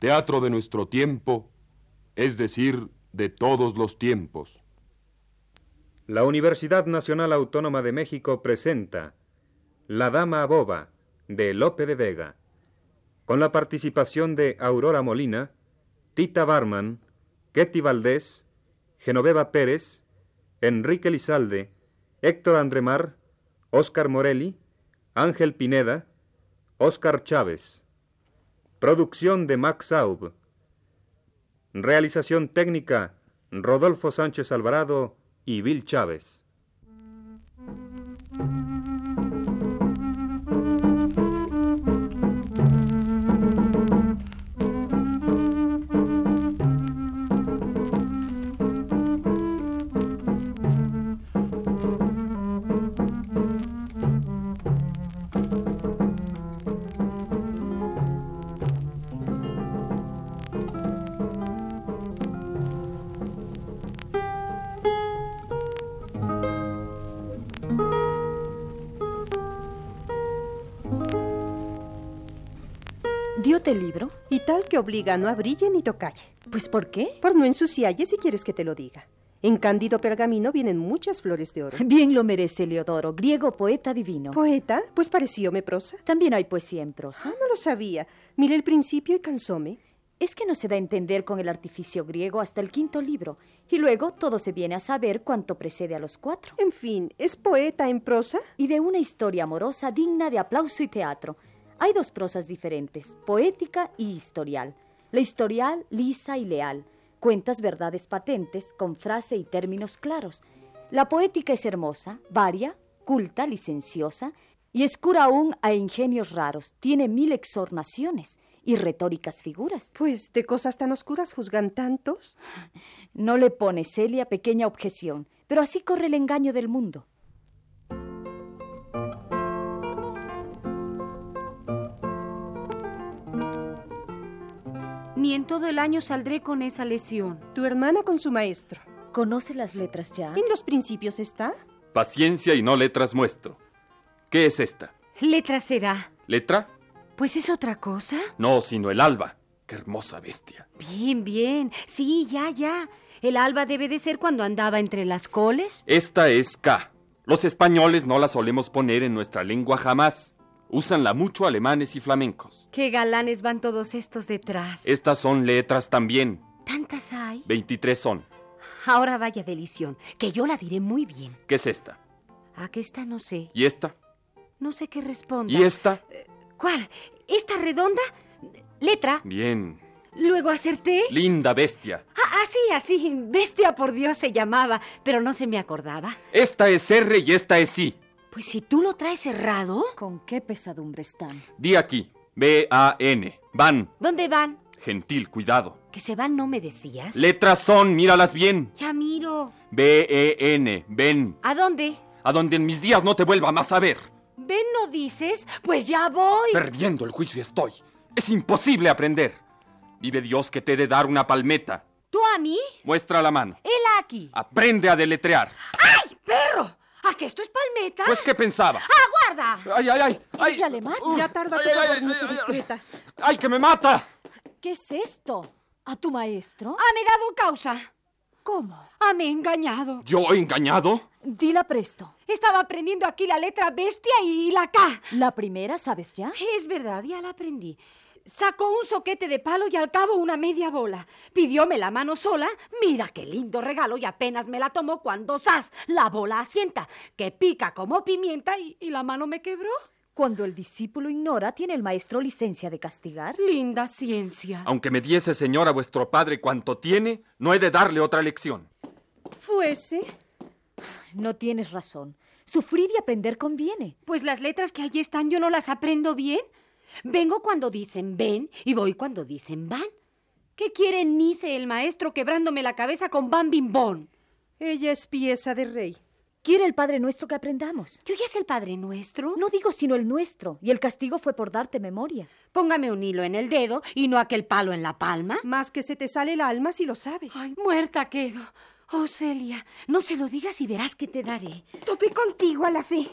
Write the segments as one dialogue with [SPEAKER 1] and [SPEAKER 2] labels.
[SPEAKER 1] teatro de nuestro tiempo, es decir, de todos los tiempos.
[SPEAKER 2] La Universidad Nacional Autónoma de México presenta La Dama Boba de Lope de Vega, con la participación de Aurora Molina, Tita Barman, Ketty Valdés, Genoveva Pérez, Enrique Lizalde, Héctor Andremar, Óscar Morelli, Ángel Pineda, Óscar Chávez. Producción de Max Saub. Realización técnica Rodolfo Sánchez Alvarado y Bill Chávez.
[SPEAKER 3] ¿Diote libro?
[SPEAKER 4] Y tal que obliga a no abrille ni tocalle,
[SPEAKER 3] Pues ¿por qué?
[SPEAKER 4] por no ensucialle si quieres que te lo diga. En cándido pergamino vienen muchas flores de oro.
[SPEAKER 3] Bien lo merece Leodoro, griego poeta divino.
[SPEAKER 4] ¿Poeta? Pues parecióme prosa.
[SPEAKER 3] También hay poesía en
[SPEAKER 4] Ah,
[SPEAKER 3] prosa.
[SPEAKER 4] no lo sabía. Miré el principio y cansóme.
[SPEAKER 3] Es que no se da a entender con el artificio griego hasta el quinto libro, y luego todo se viene a saber cuánto precede a los cuatro.
[SPEAKER 4] En fin, ¿es poeta en prosa?
[SPEAKER 3] Y de una historia amorosa digna de aplauso y teatro. Hay dos prosas diferentes, poética y historial. La historial, lisa y leal. Cuentas verdades patentes, con frase y términos claros. La poética es hermosa, varia, culta, licenciosa, y escura aún a ingenios raros. Tiene mil exornaciones y retóricas figuras.
[SPEAKER 4] Pues de cosas tan oscuras juzgan tantos.
[SPEAKER 3] No le pone Celia pequeña objeción, pero así corre el engaño del mundo.
[SPEAKER 5] Ni en todo el año saldré con esa lesión.
[SPEAKER 4] Tu hermana con su maestro.
[SPEAKER 3] ¿Conoce las letras ya?
[SPEAKER 4] ¿En los principios está?
[SPEAKER 1] Paciencia y no letras muestro. ¿Qué es esta?
[SPEAKER 5] Letra será.
[SPEAKER 1] ¿Letra?
[SPEAKER 5] Pues es otra cosa.
[SPEAKER 1] No, sino el alba. ¡Qué hermosa bestia!
[SPEAKER 5] Bien, bien. Sí, ya, ya. El alba debe de ser cuando andaba entre las coles.
[SPEAKER 1] Esta es K. Los españoles no la solemos poner en nuestra lengua jamás. Úsanla mucho alemanes y flamencos.
[SPEAKER 5] Qué galanes van todos estos detrás.
[SPEAKER 1] Estas son letras también.
[SPEAKER 5] ¿Tantas hay?
[SPEAKER 1] 23 son.
[SPEAKER 5] Ahora vaya delición, que yo la diré muy bien.
[SPEAKER 1] ¿Qué es esta?
[SPEAKER 5] ¿A que esta no sé?
[SPEAKER 1] ¿Y esta?
[SPEAKER 5] No sé qué responda.
[SPEAKER 1] ¿Y esta?
[SPEAKER 5] ¿Cuál? ¿Esta redonda? Letra.
[SPEAKER 1] Bien.
[SPEAKER 5] Luego acerté.
[SPEAKER 1] Linda bestia.
[SPEAKER 5] Ah, ah, sí, así. Bestia por Dios se llamaba, pero no se me acordaba.
[SPEAKER 1] Esta es R y esta es I.
[SPEAKER 5] Pues si tú lo traes cerrado.
[SPEAKER 3] ¿Con qué pesadumbre están?
[SPEAKER 1] Di aquí. B-A-N. Van.
[SPEAKER 5] ¿Dónde van?
[SPEAKER 1] Gentil, cuidado.
[SPEAKER 5] Que se van, no me decías.
[SPEAKER 1] Letras son, míralas bien.
[SPEAKER 5] ya miro.
[SPEAKER 1] B-E-N. Ven.
[SPEAKER 5] ¿A dónde?
[SPEAKER 1] A donde en mis días no te vuelva más a ver.
[SPEAKER 5] ¿Ven no dices? Pues ya voy.
[SPEAKER 1] Perdiendo el juicio estoy. Es imposible aprender. Vive Dios que te he de dar una palmeta.
[SPEAKER 5] ¿Tú a mí?
[SPEAKER 1] Muestra la mano.
[SPEAKER 5] Él aquí.
[SPEAKER 1] Aprende a deletrear.
[SPEAKER 5] ¡Ay, perro! ¿A que esto es palmeta? ¡Ah,
[SPEAKER 1] Pues, ¿qué pensabas?
[SPEAKER 5] ¡Aguarda!
[SPEAKER 1] ¡Ay, ay, ay! ay.
[SPEAKER 3] Ella le mata.
[SPEAKER 4] Ya tarda
[SPEAKER 1] ay,
[SPEAKER 4] tu
[SPEAKER 1] ay, ay,
[SPEAKER 4] adornice
[SPEAKER 1] ay, ay,
[SPEAKER 4] discreta.
[SPEAKER 1] ¡Ay, que me mata!
[SPEAKER 3] ¿Qué es esto? ¿A tu maestro?
[SPEAKER 5] ¡Ha me dado causa!
[SPEAKER 3] ¿Cómo?
[SPEAKER 5] ¡Ha me engañado!
[SPEAKER 1] ¿Yo he engañado?
[SPEAKER 3] Dila presto.
[SPEAKER 5] Estaba aprendiendo aquí la letra bestia y la K.
[SPEAKER 3] La primera, ¿sabes ya?
[SPEAKER 5] Es verdad, ya la aprendí. Sacó un soquete de palo y al cabo una media bola. Pidióme la mano sola. Mira qué lindo regalo y apenas me la tomó cuando ¡zas! La bola asienta, que pica como pimienta y, y la mano me quebró.
[SPEAKER 3] Cuando el discípulo ignora, ¿tiene el maestro licencia de castigar?
[SPEAKER 5] Linda ciencia.
[SPEAKER 1] Aunque me diese, señora, vuestro padre cuanto tiene, no he de darle otra lección.
[SPEAKER 4] Fuese.
[SPEAKER 3] No tienes razón. Sufrir y aprender conviene.
[SPEAKER 5] Pues las letras que allí están yo no las aprendo bien. Vengo cuando dicen ven y voy cuando dicen van. ¿Qué quiere el Nice el maestro quebrándome la cabeza con bambimbón?
[SPEAKER 4] Ella es pieza de rey.
[SPEAKER 3] Quiere el Padre nuestro que aprendamos.
[SPEAKER 5] ¿Yo ya es el Padre Nuestro?
[SPEAKER 3] No digo sino el nuestro, y el castigo fue por darte memoria.
[SPEAKER 5] Póngame un hilo en el dedo y no aquel palo en la palma.
[SPEAKER 4] Más que se te sale el alma si lo sabe.
[SPEAKER 5] Ay, muerta quedo. Oh, Celia, no se lo digas y verás que te daré.
[SPEAKER 4] Topé contigo a la fe.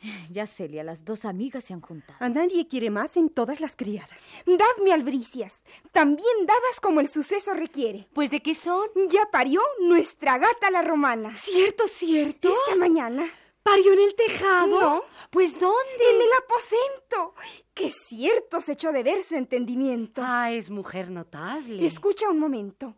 [SPEAKER 3] Ya, Celia, las dos amigas se han juntado.
[SPEAKER 4] A nadie quiere más en todas las criadas.
[SPEAKER 6] Dadme albricias, también dadas como el suceso requiere.
[SPEAKER 5] Pues de qué son?
[SPEAKER 6] Ya parió nuestra gata la romana.
[SPEAKER 5] Cierto, cierto.
[SPEAKER 6] Esta mañana.
[SPEAKER 5] ¿Parió en el tejado?
[SPEAKER 6] No.
[SPEAKER 5] Pues ¿dónde?
[SPEAKER 6] En el aposento. Que cierto se echó de ver su entendimiento.
[SPEAKER 5] Ah, es mujer notable.
[SPEAKER 6] Escucha un momento.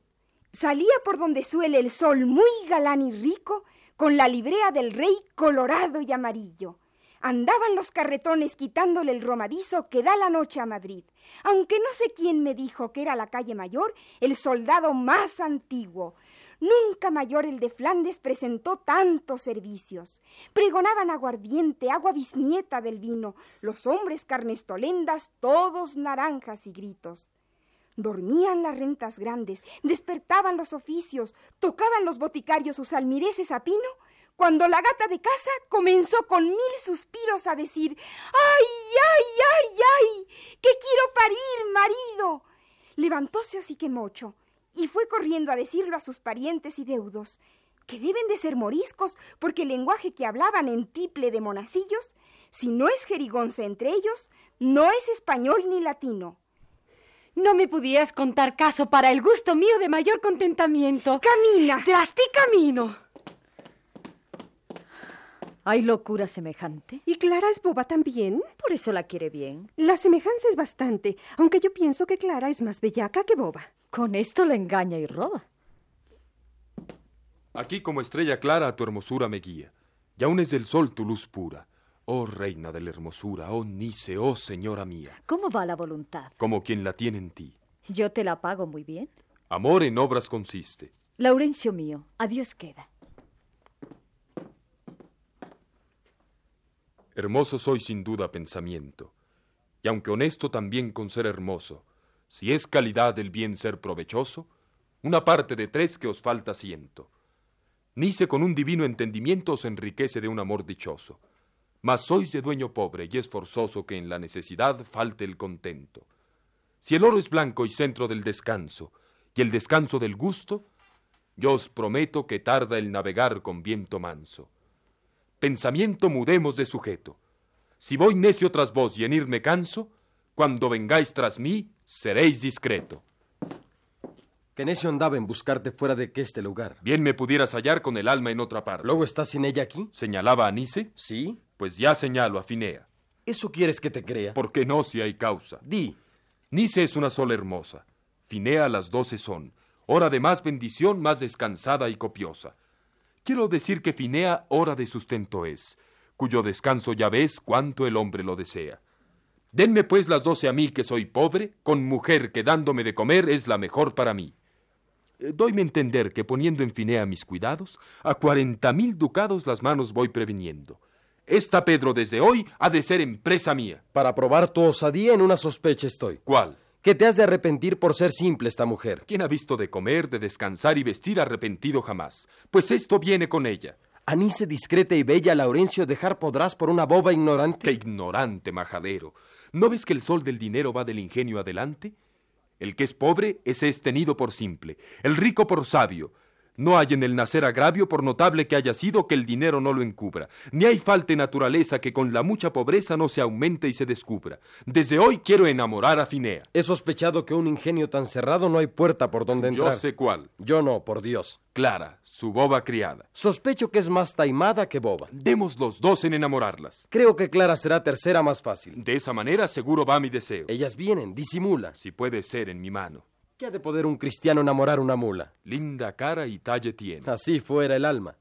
[SPEAKER 6] Salía por donde suele el sol muy galán y rico, con la librea del rey colorado y amarillo. Andaban los carretones quitándole el romadizo que da la noche a Madrid. Aunque no sé quién me dijo que era la calle mayor, el soldado más antiguo. Nunca mayor el de Flandes presentó tantos servicios. Pregonaban aguardiente, agua bisnieta del vino, los hombres carnestolendas, todos naranjas y gritos. Dormían las rentas grandes, despertaban los oficios, tocaban los boticarios sus almireces a pino, cuando la gata de casa comenzó con mil suspiros a decir ¡Ay, ay, ay, ay! ¡Que quiero parir, marido! Levantóse hociquemocho y fue corriendo a decirlo a sus parientes y deudos, que deben de ser moriscos, porque el lenguaje que hablaban en tiple de monacillos, si no es jerigonza entre ellos, no es español ni latino.
[SPEAKER 5] No me pudieras contar caso para el gusto mío de mayor contentamiento.
[SPEAKER 6] ¡Camina!
[SPEAKER 5] Tras ti camino.
[SPEAKER 3] ¿Hay locura semejante?
[SPEAKER 4] ¿Y Clara es boba también?
[SPEAKER 3] Por eso la quiere bien.
[SPEAKER 4] La semejanza es bastante, aunque yo pienso que Clara es más bellaca que boba.
[SPEAKER 3] Con esto la engaña y roba.
[SPEAKER 7] Aquí como estrella clara a tu hermosura me guía, y aún es del sol tu luz pura. Oh reina de la hermosura, oh Nice, oh señora mía,
[SPEAKER 3] ¿Cómo va la voluntad?
[SPEAKER 7] como quien la tiene en ti.
[SPEAKER 3] Yo te la pago muy bien.
[SPEAKER 7] Amor en obras consiste.
[SPEAKER 3] Laurencio mío, adiós queda.
[SPEAKER 7] Hermoso soy sin duda pensamiento, y aunque honesto también con ser hermoso, si es calidad el bien ser provechoso, una parte de tres que os falta siento. Nice con un divino entendimiento os enriquece de un amor dichoso, mas sois de dueño pobre y es forzoso que en la necesidad falte el contento. Si el oro es blanco y centro del descanso, y el descanso del gusto, yo os prometo que tarda el navegar con viento manso pensamiento mudemos de sujeto. Si voy necio tras vos y en irme canso, cuando vengáis tras mí, seréis discreto.
[SPEAKER 8] Que necio andaba en buscarte fuera de que este lugar.
[SPEAKER 7] Bien me pudieras hallar con el alma en otra parte.
[SPEAKER 8] ¿Luego estás sin ella aquí?
[SPEAKER 7] ¿Señalaba a Nice?
[SPEAKER 8] Sí.
[SPEAKER 7] Pues ya señalo a Finea.
[SPEAKER 8] ¿Eso quieres que te crea?
[SPEAKER 7] ¿Por qué no si hay causa?
[SPEAKER 8] Di.
[SPEAKER 7] Nice es una sola hermosa. Finea las doce son. Hora de más bendición, más descansada y copiosa. Quiero decir que Finea hora de sustento es, cuyo descanso ya ves cuánto el hombre lo desea. Denme pues las doce a mí que soy pobre, con mujer que dándome de comer es la mejor para mí. Eh, Doyme a entender que poniendo en Finea mis cuidados, a cuarenta mil ducados las manos voy previniendo. Esta, Pedro, desde hoy ha de ser empresa mía.
[SPEAKER 8] Para probar tu osadía en una sospecha estoy.
[SPEAKER 7] ¿Cuál?
[SPEAKER 8] Que te has de arrepentir por ser simple esta mujer.
[SPEAKER 7] ¿Quién ha visto de comer, de descansar y vestir arrepentido jamás? Pues esto viene con ella.
[SPEAKER 8] Anice discreta y bella, Laurencio, dejar podrás por una boba ignorante.
[SPEAKER 7] ¡Qué ignorante, majadero! ¿No ves que el sol del dinero va del ingenio adelante? El que es pobre, ese es tenido por simple, el rico por sabio. No hay en el nacer agravio, por notable que haya sido, que el dinero no lo encubra, ni hay falta en naturaleza que con la mucha pobreza no se aumente y se descubra. Desde hoy quiero enamorar a Finea.
[SPEAKER 8] He sospechado que un ingenio tan cerrado no hay puerta por donde
[SPEAKER 7] Yo
[SPEAKER 8] entrar.
[SPEAKER 7] sé cuál.
[SPEAKER 8] Yo no, por Dios.
[SPEAKER 7] Clara, su boba criada.
[SPEAKER 8] Sospecho que es más taimada que boba.
[SPEAKER 7] Demos los dos en enamorarlas.
[SPEAKER 8] Creo que Clara será tercera más fácil.
[SPEAKER 7] De esa manera seguro va mi deseo.
[SPEAKER 8] Ellas vienen, disimula.
[SPEAKER 7] Si puede ser en mi mano.
[SPEAKER 8] ¿Qué ha de poder un cristiano enamorar una mula?
[SPEAKER 7] Linda cara y talle tiene.
[SPEAKER 8] Así fuera el alma.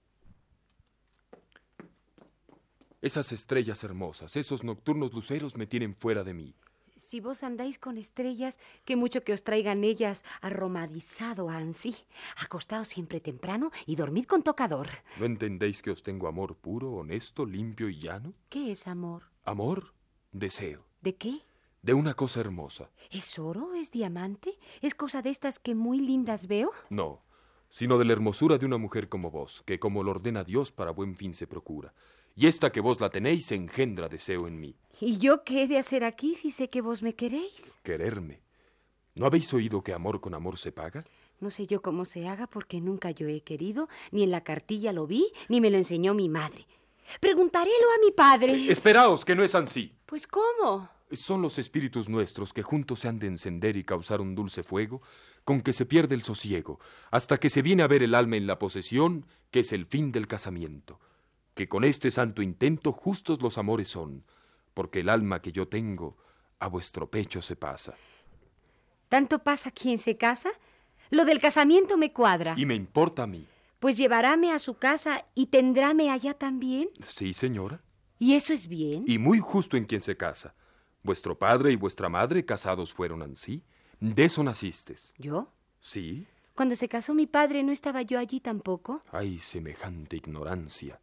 [SPEAKER 7] Esas estrellas hermosas, esos nocturnos luceros me tienen fuera de mí.
[SPEAKER 5] Si vos andáis con estrellas, qué mucho que os traigan ellas arromadizado a ansí. Acostaos siempre temprano y dormid con tocador.
[SPEAKER 7] ¿No entendéis que os tengo amor puro, honesto, limpio y llano?
[SPEAKER 5] ¿Qué es amor?
[SPEAKER 7] Amor, deseo,
[SPEAKER 5] ¿De qué?
[SPEAKER 7] de una cosa hermosa.
[SPEAKER 5] ¿Es oro? ¿Es diamante? ¿Es cosa de estas que muy lindas veo?
[SPEAKER 7] No, sino de la hermosura de una mujer como vos, que como lo ordena Dios para buen fin se procura. Y esta que vos la tenéis engendra deseo en mí.
[SPEAKER 5] ¿Y yo qué he de hacer aquí si sé que vos me queréis?
[SPEAKER 7] Quererme. ¿No habéis oído que amor con amor se paga?
[SPEAKER 5] No sé yo cómo se haga porque nunca yo he querido, ni en la cartilla lo vi, ni me lo enseñó mi madre. Preguntarélo a mi
[SPEAKER 7] Eh,
[SPEAKER 5] padre.
[SPEAKER 7] Esperaos, que no es ansí.
[SPEAKER 5] Pues cómo.
[SPEAKER 7] Son los espíritus nuestros que juntos se han de encender y causar un dulce fuego con que se pierde el sosiego, hasta que se viene a ver el alma en la posesión, que es el fin del casamiento. Que con este santo intento justos los amores son, porque el alma que yo tengo a vuestro pecho se pasa.
[SPEAKER 5] ¿Tanto pasa quien se casa? Lo del casamiento me cuadra.
[SPEAKER 7] Y me importa a mí.
[SPEAKER 5] Pues llevaráme a su casa y tendráme allá también.
[SPEAKER 7] Sí, señora.
[SPEAKER 5] ¿Y eso es bien?
[SPEAKER 7] Y muy justo en quien se casa. Vuestro padre y vuestra madre casados fueron ansí. De eso nacistes.
[SPEAKER 5] ¿Yo?
[SPEAKER 7] Sí.
[SPEAKER 5] Cuando se casó mi padre, ¿no estaba yo allí tampoco?
[SPEAKER 7] Ay, semejante ignorancia.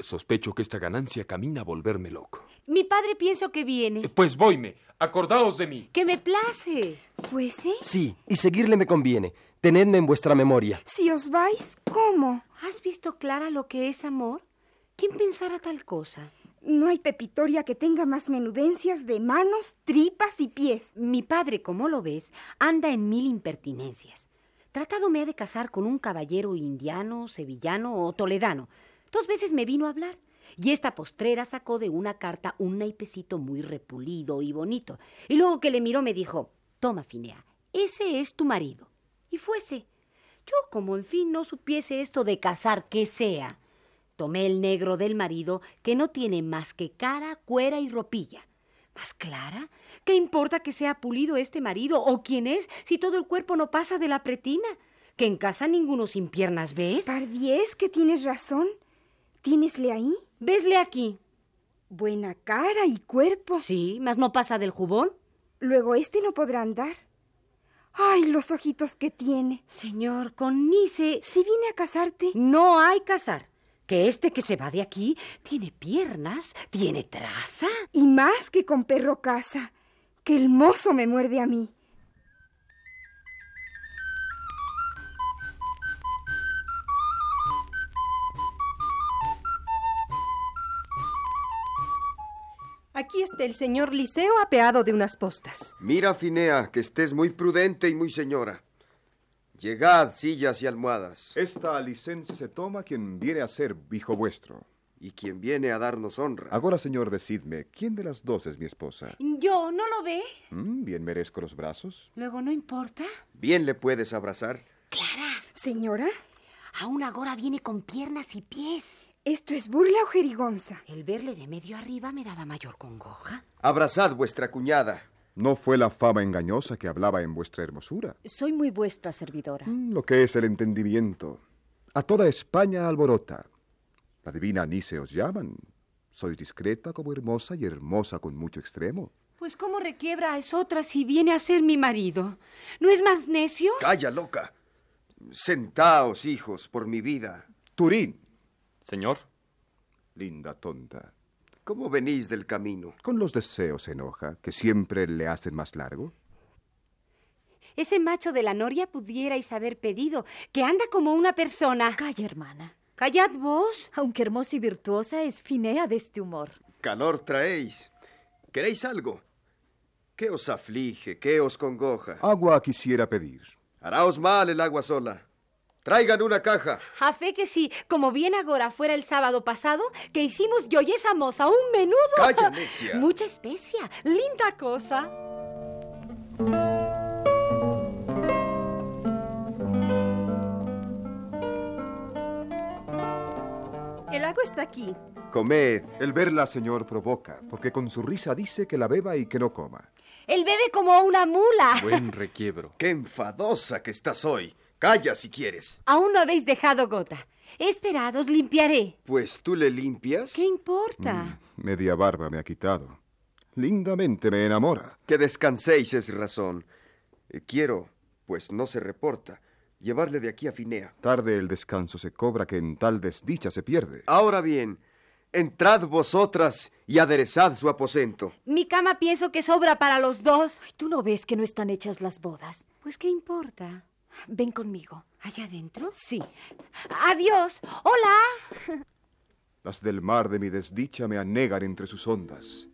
[SPEAKER 7] Sospecho que esta ganancia camina a volverme loco.
[SPEAKER 5] Mi padre pienso que viene.
[SPEAKER 7] Pues voyme. Acordaos de mí.
[SPEAKER 5] Que me place. Pues
[SPEAKER 6] ¿Fuese?
[SPEAKER 8] Sí, y seguirle me conviene. Tenedme en vuestra memoria.
[SPEAKER 6] Si os vais, ¿cómo?
[SPEAKER 5] ¿Has visto, Clara, lo que es amor? ¿Quién pensara tal cosa?
[SPEAKER 6] No hay pepitoria que tenga más menudencias de manos, tripas y pies.
[SPEAKER 5] Mi padre, como lo ves, anda en mil impertinencias. Tratado me ha de casar con un caballero indiano, sevillano o toledano. Dos veces me vino a hablar. Y esta postrera sacó de una carta un naipecito muy repulido y bonito. Y luego que le miró me dijo, toma, Finea, ese es tu marido. Y fuese. Yo, como en fin no supiese esto de casar que sea, tomé el negro del marido que no tiene más que cara, cuera y ropilla. ¿Más clara? ¿Qué importa que sea pulido este marido o quién es si todo el cuerpo no pasa de la pretina? Que en casa ninguno sin piernas ves.
[SPEAKER 6] Pardiez, que tienes razón. ¿Tienesle ahí?
[SPEAKER 5] Vesle aquí.
[SPEAKER 6] Buena cara y cuerpo.
[SPEAKER 5] Sí, mas no pasa del jubón.
[SPEAKER 6] Luego este no podrá andar. Ay, los ojitos que tiene.
[SPEAKER 5] Señor, con Nice.
[SPEAKER 6] Si vine a casarte.
[SPEAKER 5] No hay casar. Que este que se va de aquí tiene piernas, tiene traza.
[SPEAKER 6] Y más que con perro casa. Que el mozo me muerde a mí.
[SPEAKER 4] Aquí está el señor Liceo apeado de unas postas.
[SPEAKER 9] Mira, Finea, que estés muy prudente y muy señora. Llegad, sillas y almohadas.
[SPEAKER 10] Esta licencia se toma quien viene a ser hijo vuestro.
[SPEAKER 9] Y quien viene a darnos honra.
[SPEAKER 10] Ahora, señor, decidme, ¿quién de las dos es mi esposa?
[SPEAKER 5] Yo, ¿no lo ve?
[SPEAKER 10] Mm, bien merezco los brazos.
[SPEAKER 5] Luego, ¿no importa?
[SPEAKER 9] Bien le puedes abrazar.
[SPEAKER 5] Clara,
[SPEAKER 6] Señora,
[SPEAKER 5] aún ahora viene con piernas y pies.
[SPEAKER 6] ¿esto es burla o jerigonza?
[SPEAKER 5] El verle de medio arriba me daba mayor congoja.
[SPEAKER 9] Abrazad vuestra cuñada.
[SPEAKER 10] ¿No fue la fama engañosa que hablaba en vuestra hermosura?
[SPEAKER 3] Soy muy vuestra servidora.
[SPEAKER 10] Mm, lo que es el entendimiento. A toda España alborota. La divina Nice os llaman. Sois discreta como hermosa y hermosa con mucho extremo.
[SPEAKER 5] Pues cómo requiebra a otra si viene a ser mi marido. ¿No es más necio?
[SPEAKER 9] Calla, loca. Sentaos, hijos, por mi vida.
[SPEAKER 10] Turín,
[SPEAKER 1] Señor,
[SPEAKER 10] linda tonta.
[SPEAKER 9] ¿Cómo venís del camino?
[SPEAKER 10] Con los deseos se enoja, que siempre le hacen más largo.
[SPEAKER 5] Ese macho de la noria pudierais haber pedido, que anda como una persona.
[SPEAKER 3] Calla, hermana.
[SPEAKER 5] Callad vos.
[SPEAKER 3] Aunque hermosa y virtuosa, es finea de este humor.
[SPEAKER 9] Calor traéis. ¿Queréis algo? ¿Qué os aflige? ¿Qué os congoja?
[SPEAKER 10] Agua quisiera pedir.
[SPEAKER 9] Haraos mal el agua sola. Traigan una caja.
[SPEAKER 5] A fe que sí, como bien agora fuera el sábado pasado, que hicimos yoyesa moza, un menudo.
[SPEAKER 9] Calla, necia.
[SPEAKER 5] Mucha especia, linda cosa.
[SPEAKER 4] El agua está aquí.
[SPEAKER 9] Comed.
[SPEAKER 10] El verla, señor, provoca, porque con su risa dice que la beba y que no coma.
[SPEAKER 5] Él bebe como una mula.
[SPEAKER 1] buen requiebro.
[SPEAKER 9] Qué enfadosa que estás hoy. Calla si quieres.
[SPEAKER 5] Aún no habéis dejado gota. Esperad, os limpiaré.
[SPEAKER 9] Pues tú le limpias.
[SPEAKER 5] ¿Qué importa?
[SPEAKER 10] Media barba me ha quitado. Lindamente me enamora.
[SPEAKER 9] Que descanséis es razón. Eh, Quiero, pues no se reporta, llevarle de aquí a Finea.
[SPEAKER 10] Tarde el descanso se cobra que en tal desdicha se pierde.
[SPEAKER 9] Ahora bien, entrad vosotras y aderezad su aposento.
[SPEAKER 5] Mi cama pienso que sobra para los dos.
[SPEAKER 3] Ay, ¿Tú no ves que no están hechas las bodas?
[SPEAKER 5] Pues qué importa.
[SPEAKER 3] Ven conmigo.
[SPEAKER 5] ¿Allá adentro?
[SPEAKER 3] Sí.
[SPEAKER 5] Mm. Adiós. Hola.
[SPEAKER 10] Las del mar de mi desdicha me anegan entre sus ondas.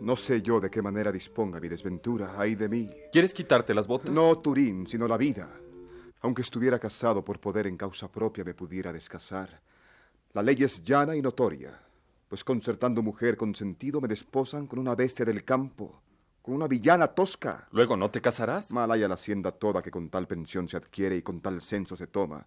[SPEAKER 10] No sé yo de qué manera disponga mi desventura, ay de mí.
[SPEAKER 1] ¿Quieres quitarte las botas?
[SPEAKER 10] No Turín, sino la vida. Aunque estuviera casado por poder en causa propia me pudiera descasar. La ley es llana y notoria, pues concertando mujer con sentido me desposan con una bestia del campo, con una villana tosca.
[SPEAKER 1] Luego no te casarás.
[SPEAKER 10] Mal haya la hacienda toda que con tal pensión se adquiere y con tal censo se toma.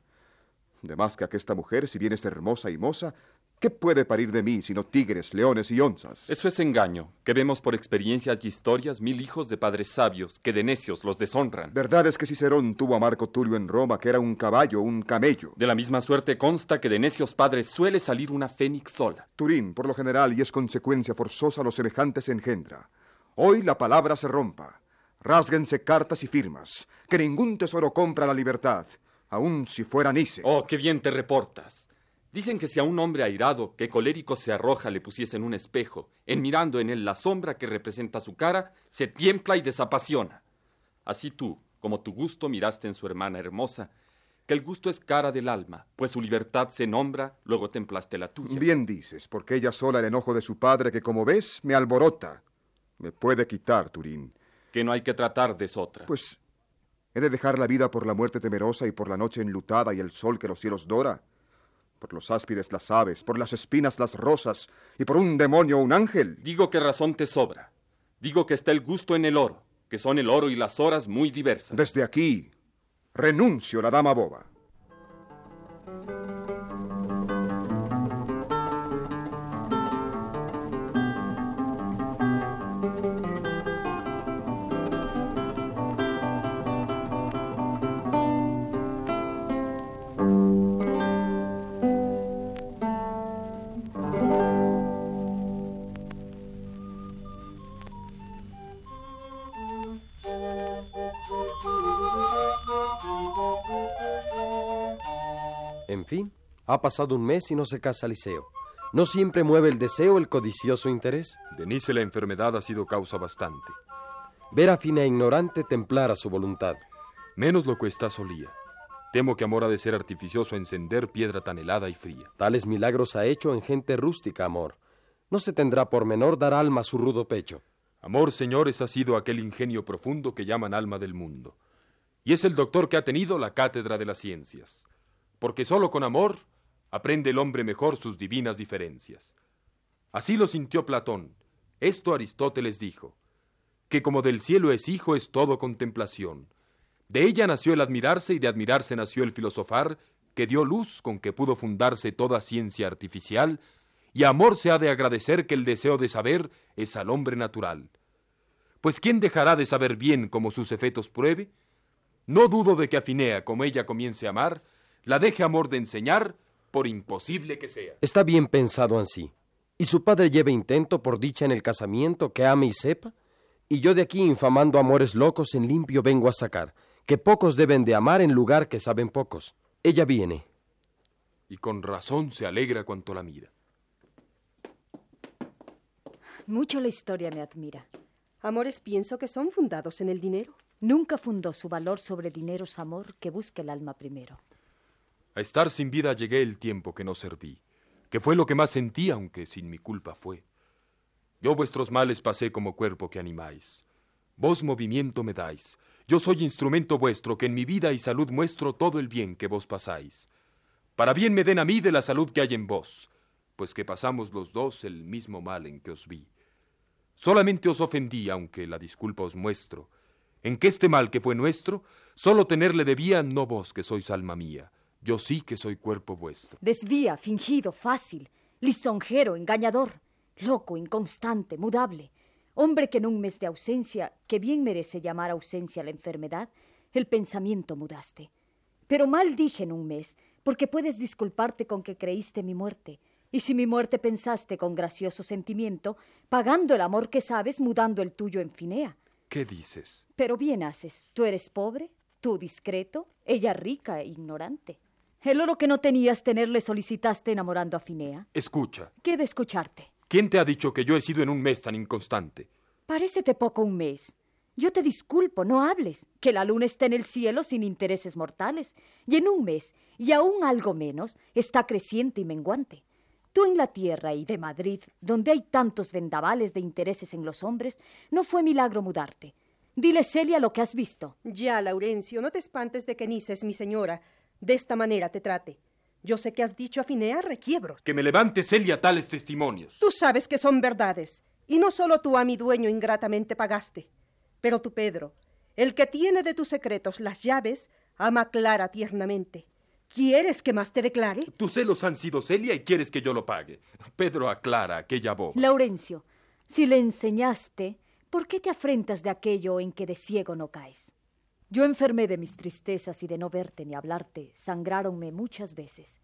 [SPEAKER 10] De más que aquesta mujer, si bien es hermosa y moza, ¿qué puede parir de mí sino tigres, leones y onzas?
[SPEAKER 1] Eso es engaño, que vemos por experiencias y historias mil hijos de padres sabios que de necios los deshonran.
[SPEAKER 10] Verdad es que Cicerón tuvo a Marco Tulio en Roma, que era un caballo, un camello.
[SPEAKER 1] De la misma suerte consta que de necios padres suele salir una fénix sola.
[SPEAKER 10] Turín, por lo general, y es consecuencia forzosa, los semejantes engendra. Hoy la palabra se rompa. Rásguense cartas y firmas. Que ningún tesoro compra la libertad aun si fuera Nice.
[SPEAKER 1] Oh, qué bien te reportas. Dicen que si a un hombre airado que colérico se arroja le pusiesen un espejo, en mirando en él la sombra que representa su cara, se tiembla y desapasiona. Así tú, como tu gusto miraste en su hermana hermosa, que el gusto es cara del alma, pues su libertad se nombra, luego templaste la tuya.
[SPEAKER 10] Bien dices, porque ella sola el enojo de su padre que, como ves, me alborota. Me puede quitar, Turín.
[SPEAKER 1] Que no hay que tratar de otra.
[SPEAKER 10] Pues He de dejar la vida por la muerte temerosa y por la noche enlutada y el sol que los cielos dora, por los áspides las aves, por las espinas las rosas y por un demonio un ángel.
[SPEAKER 1] Digo que razón te sobra. Digo que está el gusto en el oro, que son el oro y las horas muy diversas.
[SPEAKER 10] Desde aquí renuncio a la dama boba.
[SPEAKER 8] En fin, ha pasado un mes y no se casa Liceo. ¿No siempre mueve el deseo el codicioso interés?
[SPEAKER 7] Denise, la enfermedad ha sido causa bastante.
[SPEAKER 8] Ver a Fina ignorante templar a su voluntad.
[SPEAKER 7] Menos lo que está solía. Temo que amor ha de ser artificioso encender piedra tan helada y fría.
[SPEAKER 8] Tales milagros ha hecho en gente rústica, amor. No se tendrá por menor dar alma a su rudo pecho.
[SPEAKER 7] Amor, señores, ha sido aquel ingenio profundo que llaman alma del mundo. Y es el doctor que ha tenido la cátedra de las ciencias porque sólo con amor aprende el hombre mejor sus divinas diferencias. Así lo sintió Platón. Esto Aristóteles dijo, que como del cielo es hijo es todo contemplación. De ella nació el admirarse y de admirarse nació el filosofar, que dio luz con que pudo fundarse toda ciencia artificial, y amor se ha de agradecer que el deseo de saber es al hombre natural. Pues ¿quién dejará de saber bien como sus efectos pruebe? No dudo de que Afinea, como ella comience a amar, la deje amor de enseñar, por imposible que sea.
[SPEAKER 8] Está bien pensado ansí. Y su padre lleve intento por dicha en el casamiento, que ame y sepa. Y yo de aquí infamando amores locos en limpio vengo a sacar, que pocos deben de amar en lugar que saben pocos. Ella viene.
[SPEAKER 7] Y con razón se alegra cuanto la mira.
[SPEAKER 3] Mucho la historia me admira.
[SPEAKER 4] Amores pienso que son fundados en el dinero.
[SPEAKER 3] Nunca fundó su valor sobre dineros amor que busque el alma primero.
[SPEAKER 7] A estar sin vida llegué el tiempo que no serví, que fue lo que más sentí, aunque sin mi culpa fue. Yo vuestros males pasé como cuerpo que animáis. Vos movimiento me dais. Yo soy instrumento vuestro, que en mi vida y salud muestro todo el bien que vos pasáis. Para bien me den a mí de la salud que hay en vos, pues que pasamos los dos el mismo mal en que os vi. Solamente os ofendí, aunque la disculpa os muestro, en que este mal que fue nuestro, solo tenerle debía no vos que sois alma mía, yo sí que soy cuerpo vuestro.
[SPEAKER 3] Desvía, fingido, fácil, lisonjero, engañador, loco, inconstante, mudable. Hombre que en un mes de ausencia, que bien merece llamar ausencia la enfermedad, el pensamiento mudaste. Pero mal dije en un mes, porque puedes disculparte con que creíste mi muerte. Y si mi muerte pensaste con gracioso sentimiento, pagando el amor que sabes, mudando el tuyo en finea.
[SPEAKER 7] ¿Qué dices?
[SPEAKER 3] Pero bien haces. Tú eres pobre, tú discreto, ella rica e ignorante. El oro que no tenías tener le solicitaste enamorando a Finea.
[SPEAKER 7] Escucha.
[SPEAKER 3] ¿Qué de escucharte?
[SPEAKER 7] ¿Quién te ha dicho que yo he sido en un mes tan inconstante?
[SPEAKER 3] Parécete poco un mes. Yo te disculpo, no hables. Que la luna está en el cielo sin intereses mortales. Y en un mes, y aún algo menos, está creciente y menguante. tú en la tierra y de Madrid, donde hay tantos vendavales de intereses en los hombres, no fue milagro mudarte. Dile, Celia, lo que has visto.
[SPEAKER 4] Ya, Laurencio, no te espantes de que Nisa es mi señora. De esta manera te trate. Yo sé que has dicho a Finea requiebros.
[SPEAKER 7] Que me levante Celia tales testimonios.
[SPEAKER 4] Tú sabes que son verdades. Y no solo tú a mi dueño ingratamente pagaste. Pero tu Pedro, el que tiene de tus secretos las llaves, ama a Clara tiernamente. ¿Quieres que más te declare?
[SPEAKER 7] Tus celos han sido Celia y quieres que yo lo pague. Pedro aclara aquella boba.
[SPEAKER 3] Laurencio, si le enseñaste, ¿por qué te afrentas de aquello en que de ciego no caes? Yo enfermé de mis tristezas y de no verte ni hablarte, sangráronme muchas veces.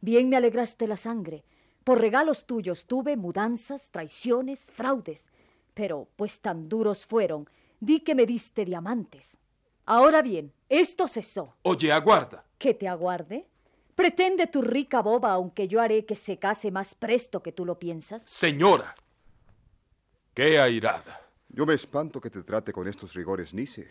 [SPEAKER 3] Bien me alegraste la sangre. Por regalos tuyos tuve mudanzas, traiciones, fraudes. Pero, pues tan duros fueron, di que me diste diamantes. Ahora bien, esto cesó.
[SPEAKER 7] Oye, aguarda.
[SPEAKER 3] ¿Que te aguarde? Pretende tu rica boba, aunque yo haré que se case más presto que tú lo piensas.
[SPEAKER 7] Señora. Qué airada.
[SPEAKER 10] Yo me espanto que te trate con estos rigores, Nice.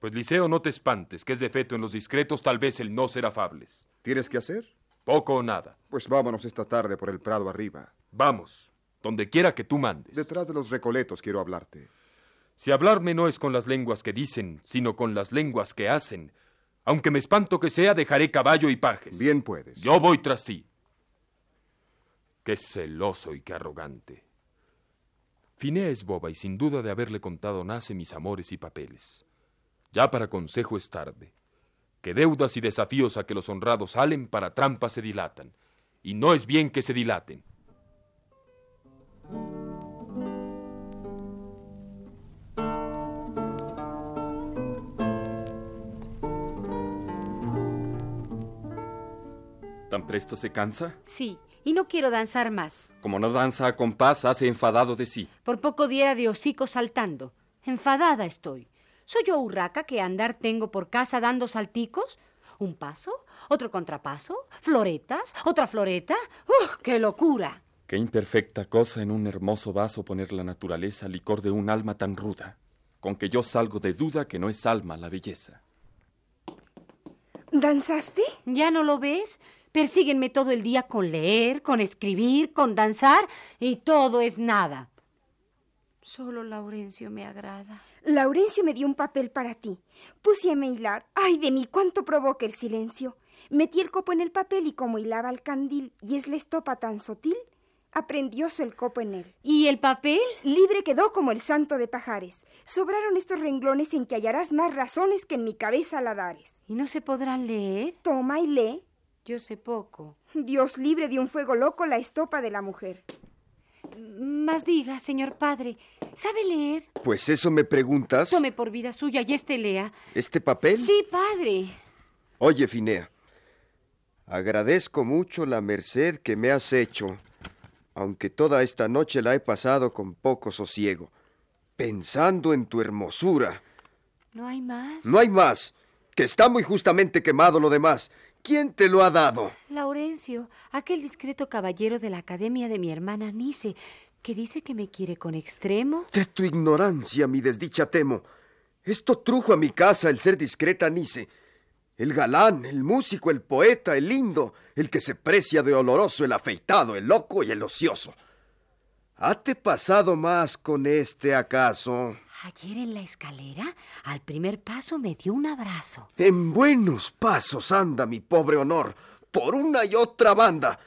[SPEAKER 7] Pues Liceo, no te espantes, que es defecto en los discretos tal vez el no ser afables.
[SPEAKER 10] ¿Tienes que hacer?
[SPEAKER 7] Poco o nada.
[SPEAKER 10] Pues vámonos esta tarde por el prado arriba.
[SPEAKER 7] Vamos, donde quiera que tú mandes.
[SPEAKER 10] Detrás de los recoletos quiero hablarte.
[SPEAKER 7] Si hablarme no es con las lenguas que dicen, sino con las lenguas que hacen, aunque me espanto que sea, dejaré caballo y pajes.
[SPEAKER 10] Bien puedes.
[SPEAKER 7] Yo voy tras ti. Qué celoso y qué arrogante. Finea es boba y sin duda de haberle contado nace mis amores y papeles. Ya para consejo es tarde. Que deudas y desafíos a que los honrados salen para trampas se dilatan, y no es bien que se dilaten.
[SPEAKER 1] ¿Tan presto se cansa?
[SPEAKER 5] Sí, y no quiero danzar más.
[SPEAKER 1] Como no danza a compás, hace enfadado de sí.
[SPEAKER 5] Por poco diera de hocico saltando. Enfadada estoy. ¿Soy yo urraca que andar tengo por casa dando salticos? Un paso, otro contrapaso, floretas, otra floreta. ¡Uf, qué locura!
[SPEAKER 1] Qué imperfecta cosa en un hermoso vaso poner la naturaleza licor de un alma tan ruda, con que yo salgo de duda que no es alma la belleza.
[SPEAKER 6] ¿Danzaste?
[SPEAKER 5] ¿Ya no lo ves? Persíguenme todo el día con leer, con escribir, con danzar, y todo es nada. Solo Laurencio me agrada.
[SPEAKER 6] Laurencio me dio un papel para ti. Pusieron a hilar. Ay de mí, cuánto provoca el silencio. Metí el copo en el papel y como hilaba el candil y es la estopa tan sutil, aprendióse el copo en él.
[SPEAKER 5] ¿Y el papel?
[SPEAKER 6] Libre quedó como el santo de pajares. Sobraron estos renglones en que hallarás más razones que en mi cabeza la dares.
[SPEAKER 5] ¿Y no se podrán leer?
[SPEAKER 6] Toma y lee.
[SPEAKER 5] Yo sé poco.
[SPEAKER 6] Dios libre de un fuego loco la estopa de la mujer.
[SPEAKER 5] Más diga, señor padre, ¿sabe leer?
[SPEAKER 9] Pues eso me preguntas.
[SPEAKER 5] Tome por vida suya y este lea.
[SPEAKER 9] ¿Este papel?
[SPEAKER 5] Sí, padre.
[SPEAKER 9] Oye, Finea, agradezco mucho la merced que me has hecho, aunque toda esta noche la he pasado con poco sosiego, pensando en tu hermosura.
[SPEAKER 5] ¿No hay más?
[SPEAKER 9] No hay más, que está muy justamente quemado lo demás. ¿Quién te lo ha dado?
[SPEAKER 5] Laurencio, aquel discreto caballero de la academia de mi hermana Nice, que dice que me quiere con extremo.
[SPEAKER 9] De tu ignorancia, mi desdicha temo. Esto trujo a mi casa el ser discreta Nice. El galán, el músico, el poeta, el lindo, el que se precia de oloroso, el afeitado, el loco y el ocioso. ¿Hate pasado más con este acaso?
[SPEAKER 5] Ayer en la escalera, al primer paso me dio un abrazo.
[SPEAKER 9] En buenos pasos anda mi pobre honor, por una y otra banda.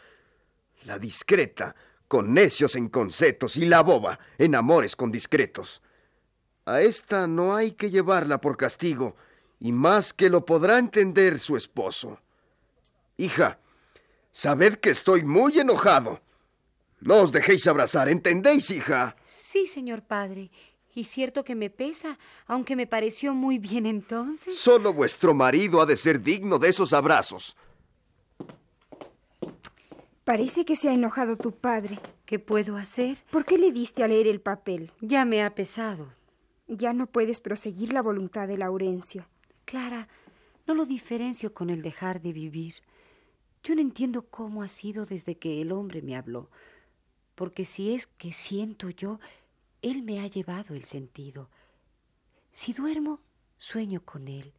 [SPEAKER 9] La discreta, con necios en conceptos, y la boba, en amores con discretos. A esta no hay que llevarla por castigo, y más que lo podrá entender su esposo. Hija, sabed que estoy muy enojado. No os dejéis abrazar, ¿entendéis, hija?
[SPEAKER 5] Sí, señor padre. Y cierto que me pesa, aunque me pareció muy bien entonces.
[SPEAKER 9] Solo vuestro marido ha de ser digno de esos abrazos.
[SPEAKER 6] Parece que se ha enojado tu padre.
[SPEAKER 5] ¿Qué puedo hacer?
[SPEAKER 6] ¿Por qué le diste a leer el papel?
[SPEAKER 5] Ya me ha pesado.
[SPEAKER 6] Ya no puedes proseguir la voluntad de Laurencio.
[SPEAKER 5] Clara, no lo diferencio con el dejar de vivir. Yo no entiendo cómo ha sido desde que el hombre me habló. Porque si es que siento yo, él me ha llevado el sentido. Si duermo, sueño con Él.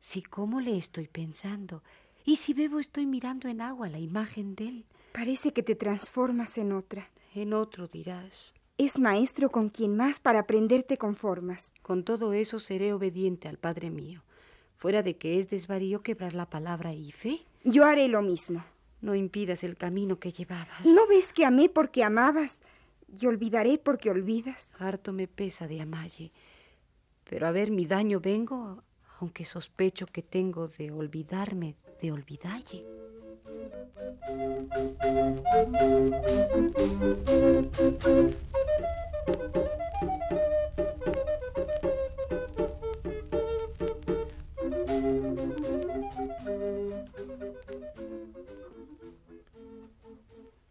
[SPEAKER 5] Si como le estoy pensando. Y si bebo, estoy mirando en agua la imagen de Él.
[SPEAKER 6] Parece que te transformas en otra.
[SPEAKER 5] En otro dirás.
[SPEAKER 6] Es maestro con quien más para aprender te conformas.
[SPEAKER 5] Con todo eso seré obediente al Padre mío. Fuera de que es desvarío quebrar la palabra y fe.
[SPEAKER 6] Yo haré lo mismo.
[SPEAKER 5] No impidas el camino que llevabas.
[SPEAKER 6] ¿No ves que amé porque amabas? Y olvidaré porque olvidas.
[SPEAKER 5] Harto me pesa de amalle. Pero a ver, mi daño vengo, aunque sospecho que tengo de olvidarme de olvidalle.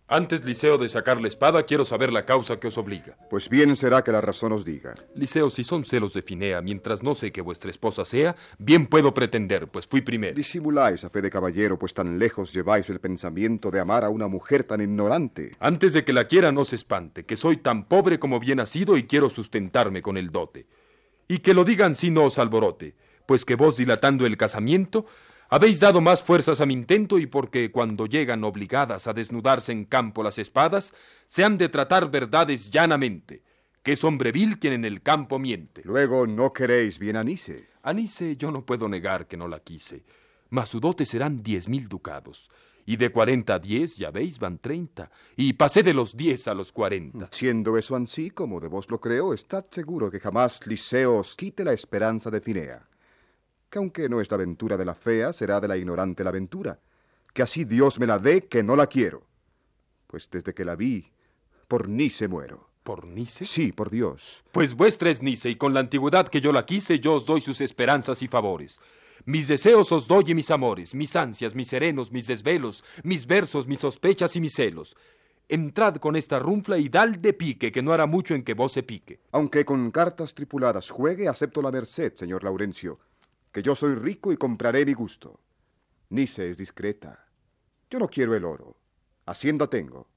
[SPEAKER 7] Antes, Liceo, de sacar la espada, quiero saber la causa que os obliga.
[SPEAKER 10] Pues bien será que la razón os diga.
[SPEAKER 7] Liceo, si son celos de Finea, mientras no sé que vuestra esposa sea, bien puedo pretender, pues fui primero.
[SPEAKER 10] Disimuláis a fe de caballero, pues tan lejos lleváis el pensamiento de amar a una mujer tan ignorante.
[SPEAKER 7] Antes de que la quiera, no se espante, que soy tan pobre como bien nacido y quiero sustentarme con el dote. Y que lo digan si no os alborote, pues que vos dilatando el casamiento, habéis dado más fuerzas a mi intento y porque cuando llegan obligadas a desnudarse en campo las espadas, se han de tratar verdades llanamente, que es hombre vil quien en el campo miente.
[SPEAKER 10] Luego no queréis bien Anice.
[SPEAKER 7] Anice yo no puedo negar que no la quise, mas su dote serán diez mil ducados. Y de cuarenta a diez, ya veis, van treinta. Y pasé de los diez a los cuarenta.
[SPEAKER 10] Siendo eso así, como de vos lo creo, estad seguro que jamás Liceo os quite la esperanza de Cinea que aunque no es la aventura de la fea, será de la ignorante la aventura, que así Dios me la dé, que no la quiero. Pues desde que la vi, por Nice muero.
[SPEAKER 7] ¿Por Nice?
[SPEAKER 10] Sí, por Dios.
[SPEAKER 7] Pues vuestra es Nice, y con la antigüedad que yo la quise, yo os doy sus esperanzas y favores. Mis deseos os doy y mis amores, mis ansias, mis serenos, mis desvelos, mis versos, mis sospechas y mis celos. Entrad con esta runfla y dal de pique, que no hará mucho en que vos se pique.
[SPEAKER 10] Aunque con cartas tripuladas juegue, acepto la merced, señor Laurencio, que yo soy rico y compraré mi gusto. Nice es discreta. Yo no quiero el oro. Hacienda tengo.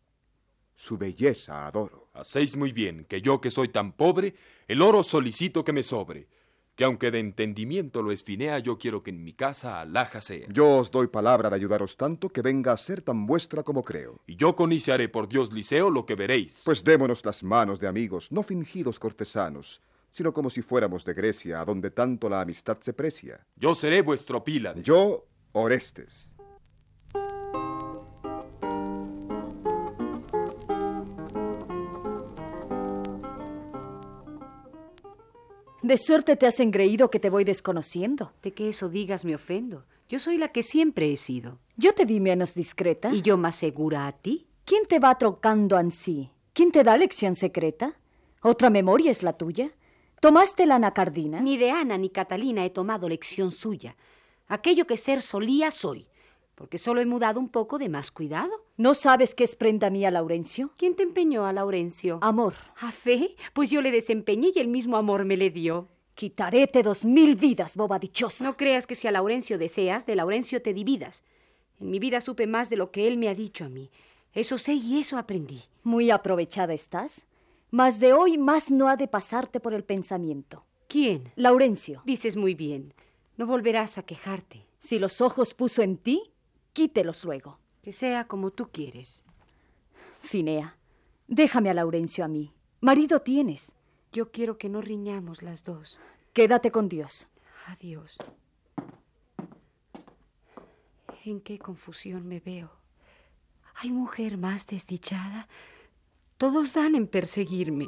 [SPEAKER 10] Su belleza adoro.
[SPEAKER 7] Hacéis muy bien, que yo que soy tan pobre, el oro solicito que me sobre. Que aunque de entendimiento lo esfinea, yo quiero que en mi casa alhaja sea.
[SPEAKER 10] Yo os doy palabra de ayudaros tanto que venga a ser tan vuestra como creo.
[SPEAKER 7] Y yo con Nice haré por Dios Liceo lo que veréis.
[SPEAKER 10] Pues démonos las manos de amigos, no fingidos cortesanos, sino como si fuéramos de Grecia, a donde tanto la amistad se precia.
[SPEAKER 7] Yo seré vuestro Pílades.
[SPEAKER 10] Yo, Orestes.
[SPEAKER 3] De suerte te has engreído que te voy desconociendo.
[SPEAKER 5] De que eso digas me ofendo. Yo soy la que siempre he sido.
[SPEAKER 3] Yo te vi menos discreta.
[SPEAKER 5] ¿Y yo más segura a ti?
[SPEAKER 3] ¿Quién te va trocando ansí? ¿Quién te da lección secreta? ¿Otra memoria es la tuya? ¿Tomaste la anacardina?
[SPEAKER 5] Ni de Ana ni Catalina he tomado lección suya. Aquello que ser solía soy, porque solo he mudado un poco de más cuidado.
[SPEAKER 3] ¿No sabes qué es prenda mía, Laurencio?
[SPEAKER 5] ¿Quién te empeñó a Laurencio?
[SPEAKER 3] Amor.
[SPEAKER 5] ¿A fe? Pues yo le desempeñé y el mismo amor me le dio.
[SPEAKER 3] Quitaréte dos mil vidas, boba dichosa.
[SPEAKER 5] No creas que si a Laurencio deseas, de Laurencio te dividas. En mi vida supe más de lo que él me ha dicho a mí. Eso sé y eso aprendí.
[SPEAKER 3] Muy aprovechada estás. Mas de hoy más no ha de pasarte por el pensamiento.
[SPEAKER 5] ¿Quién?
[SPEAKER 3] Laurencio.
[SPEAKER 5] Dices muy bien. No volverás a quejarte.
[SPEAKER 3] Si los ojos puso en ti, quítelos luego.
[SPEAKER 5] Que sea como tú quieres.
[SPEAKER 3] Finea, déjame a Laurencio a mí. Marido tienes.
[SPEAKER 5] Yo quiero que no riñamos las dos.
[SPEAKER 3] Quédate con Dios.
[SPEAKER 5] Adiós. En qué confusión me veo. ¿Hay mujer más desdichada? Todos dan en perseguirme.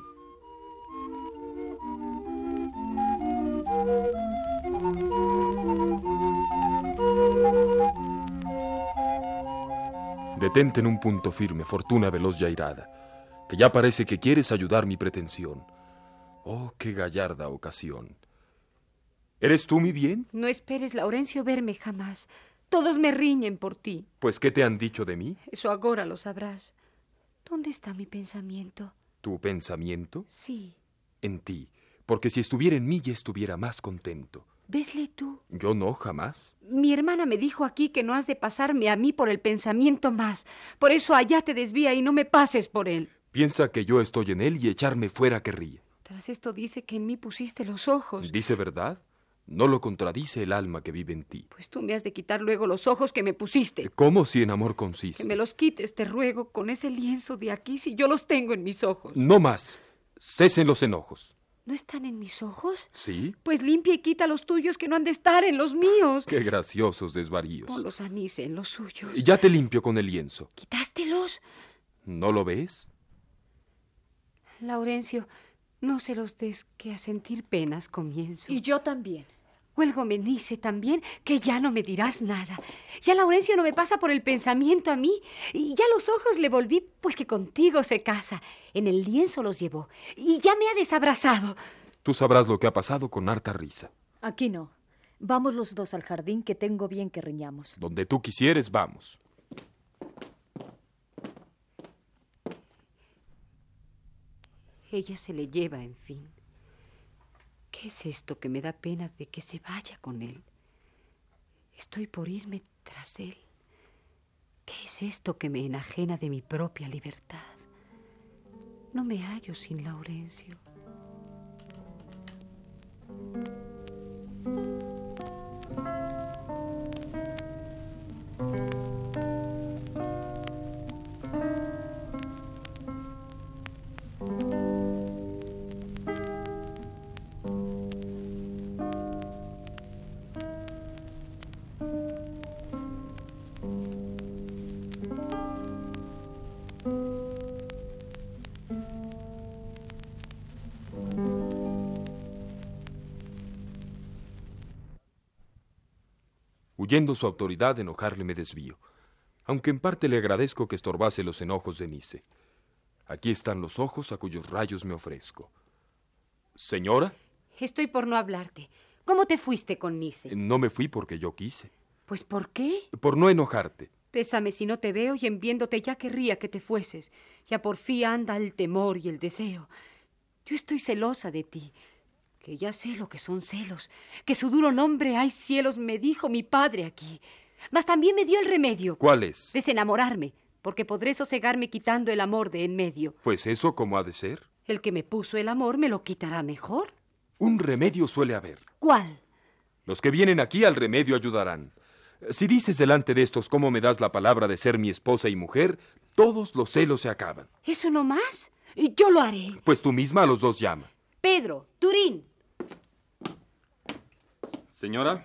[SPEAKER 7] Detente en un punto firme, fortuna veloz y airada, que ya parece que quieres ayudar mi pretensión. Oh, qué gallarda ocasión. ¿Eres tú mi bien?
[SPEAKER 5] No esperes, Laurencio, verme jamás. Todos me riñen por ti.
[SPEAKER 7] Pues, ¿qué te han dicho de mí?
[SPEAKER 5] Eso ahora lo sabrás. ¿Dónde está mi pensamiento?
[SPEAKER 7] ¿Tu pensamiento?
[SPEAKER 5] Sí.
[SPEAKER 7] En ti, porque si estuviera en mí ya estuviera más contento.
[SPEAKER 5] ¿Vesle tú?
[SPEAKER 7] Yo no, jamás.
[SPEAKER 5] Mi hermana me dijo aquí que no has de pasarme a mí por el pensamiento más. Por eso allá te desvía y no me pases por él.
[SPEAKER 7] Piensa que yo estoy en él y echarme fuera querría.
[SPEAKER 5] Tras esto dice que en mí pusiste los ojos.
[SPEAKER 7] ¿Dice verdad? No lo contradice el alma que vive en ti.
[SPEAKER 5] Pues tú me has de quitar luego los ojos que me pusiste.
[SPEAKER 7] ¿Cómo si en amor consiste?
[SPEAKER 5] Que me los quites, te ruego, con ese lienzo de aquí, si yo los tengo en mis ojos.
[SPEAKER 7] No más. Cesen los enojos.
[SPEAKER 5] ¿No están en mis ojos?
[SPEAKER 7] ¿Sí?
[SPEAKER 5] Pues limpia y quita los tuyos que no han de estar en los míos.
[SPEAKER 7] Qué graciosos desvaríos.
[SPEAKER 5] Con los anís en los suyos.
[SPEAKER 7] Ya te limpio con el lienzo.
[SPEAKER 5] ¿Quitástelos?
[SPEAKER 7] ¿No lo ves?
[SPEAKER 5] Laurencio, no se los des que a sentir penas comienzo.
[SPEAKER 11] Y yo también.
[SPEAKER 5] Huelgo me dice también que ya no me dirás nada. Ya Laurencio no me pasa por el pensamiento a mí. Y ya los ojos le volví, pues que contigo se casa. En el lienzo los llevó. Y ya me ha desabrazado.
[SPEAKER 7] Tú sabrás lo que ha pasado con harta risa.
[SPEAKER 3] Aquí no. Vamos los dos al jardín que tengo bien que riñamos.
[SPEAKER 7] Donde tú quisieres, vamos.
[SPEAKER 5] Ella se le lleva, en fin. ¿Qué es esto que me da pena de que se vaya con él? Estoy por irme tras él. ¿Qué es esto que me enajena de mi propia libertad? No me hallo sin Laurencio.
[SPEAKER 7] Huyendo su autoridad, enojarle me desvío, aunque en parte le agradezco que estorbase los enojos de Nice. Aquí están los ojos a cuyos rayos me ofrezco. Señora,
[SPEAKER 5] Estoy por no hablarte. ¿Cómo te fuiste con Nice?
[SPEAKER 7] no me fui porque yo quise,
[SPEAKER 5] Pues ¿por qué?
[SPEAKER 7] por no enojarte.
[SPEAKER 5] Pésame si no te veo y en viéndote ya querría que te fueses. Ya por fin anda el temor y el deseo. Yo estoy celosa de ti, que ya sé lo que son celos, que su duro nombre hay cielos me dijo mi padre aquí. Mas también me dio el remedio,
[SPEAKER 7] ¿Cuál es?
[SPEAKER 5] desenamorarme, porque podré sosegarme quitando el amor de en medio.
[SPEAKER 7] Pues eso como ha de ser.
[SPEAKER 5] El que me puso el amor me lo quitará mejor.
[SPEAKER 7] Un remedio suele haber.
[SPEAKER 5] ¿Cuál?
[SPEAKER 7] Los que vienen aquí al remedio ayudarán. Si dices delante de estos cómo me das la palabra de ser mi esposa y mujer, todos los celos se acaban.
[SPEAKER 5] ¿Eso no más? Y Yo lo haré.
[SPEAKER 7] Pues tú misma a los dos llama.
[SPEAKER 5] Pedro, Turín,
[SPEAKER 1] Señora,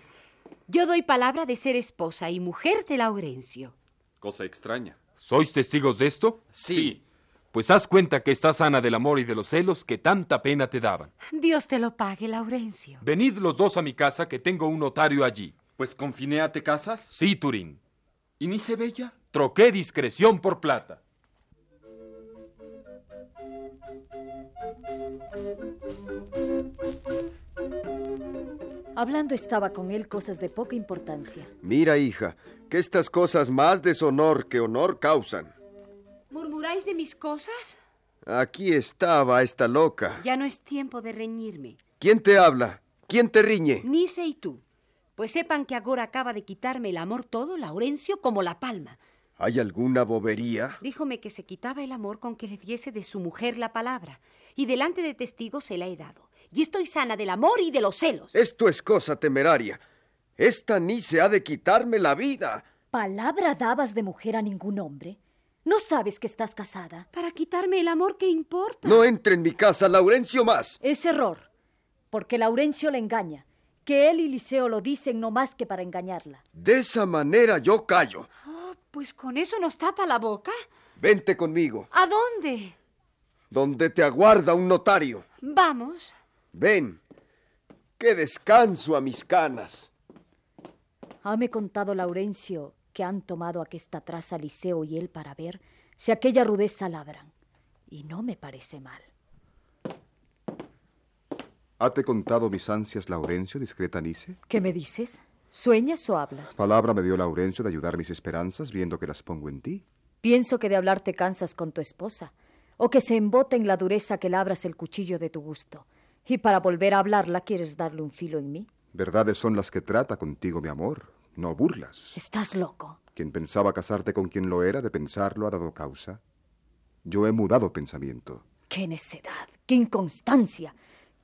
[SPEAKER 5] yo doy palabra de ser esposa y mujer de Laurencio.
[SPEAKER 1] cosa extraña.
[SPEAKER 7] ¿Sois testigos de esto?
[SPEAKER 1] Sí.
[SPEAKER 7] Pues haz cuenta que estás sana del amor y de los celos que tanta pena te daban.
[SPEAKER 5] Dios te lo pague, Laurencio.
[SPEAKER 7] Venid los dos a mi casa que tengo un notario allí.
[SPEAKER 1] Pues confiné a te casas.
[SPEAKER 7] Sí, Turín.
[SPEAKER 1] ¿Y ni se bella?
[SPEAKER 7] Troqué discreción por plata.
[SPEAKER 3] Hablando estaba con él cosas de poca importancia.
[SPEAKER 9] Mira, hija, que estas cosas más deshonor que honor causan.
[SPEAKER 5] ¿Murmuráis de mis cosas?
[SPEAKER 9] Aquí estaba esta loca.
[SPEAKER 5] Ya no es tiempo de reñirme.
[SPEAKER 9] ¿Quién te habla? ¿Quién te riñe?
[SPEAKER 5] Nice y tú. Pues sepan que ahora acaba de quitarme el amor todo, Laurencio, como la palma.
[SPEAKER 9] ¿Hay alguna bobería?
[SPEAKER 5] Díjome que se quitaba el amor con que le diese de su mujer la palabra. Y delante de testigos se la he dado. Y estoy sana del amor y de los celos.
[SPEAKER 9] Esto es cosa temeraria. Esta ni se ha de quitarme la vida.
[SPEAKER 3] ¿Palabra dabas de mujer a ningún hombre? ¿No sabes que estás casada?
[SPEAKER 5] Para quitarme el amor, ¿qué importa?
[SPEAKER 9] No entre en mi casa, Laurencio, más.
[SPEAKER 3] Es error, porque Laurencio la engaña, que él y Liceo lo dicen no más que para engañarla.
[SPEAKER 9] De esa manera yo callo.
[SPEAKER 5] Oh, pues con eso nos tapa la boca.
[SPEAKER 9] Vente conmigo,
[SPEAKER 5] ¿A dónde?
[SPEAKER 9] donde te aguarda un notario.
[SPEAKER 5] Vamos.
[SPEAKER 9] Ven, que descanso a mis canas.
[SPEAKER 3] Hame contado Laurencio que han tomado aquesta traza Liceo y él para ver si aquella rudeza labran. Y no me parece mal.
[SPEAKER 10] ¿Hate contado mis ansias, Laurencio, discreta Nice?
[SPEAKER 3] ¿Qué me dices? ¿Sueñas o hablas?
[SPEAKER 10] Palabra me dio Laurencio de ayudar mis esperanzas viendo que las pongo en ti.
[SPEAKER 3] Pienso que de hablar te cansas con tu esposa, o que se embota en la dureza que labras el cuchillo de tu gusto, y para volver a hablarla quieres darle un filo en mí.
[SPEAKER 10] Verdades son las que trata contigo, mi amor, no burlas.
[SPEAKER 3] Estás loco.
[SPEAKER 10] Quien pensaba casarte con quien lo era, de pensarlo ha dado causa. Yo he mudado pensamiento.
[SPEAKER 3] ¡Qué necedad! ¡Qué inconstancia!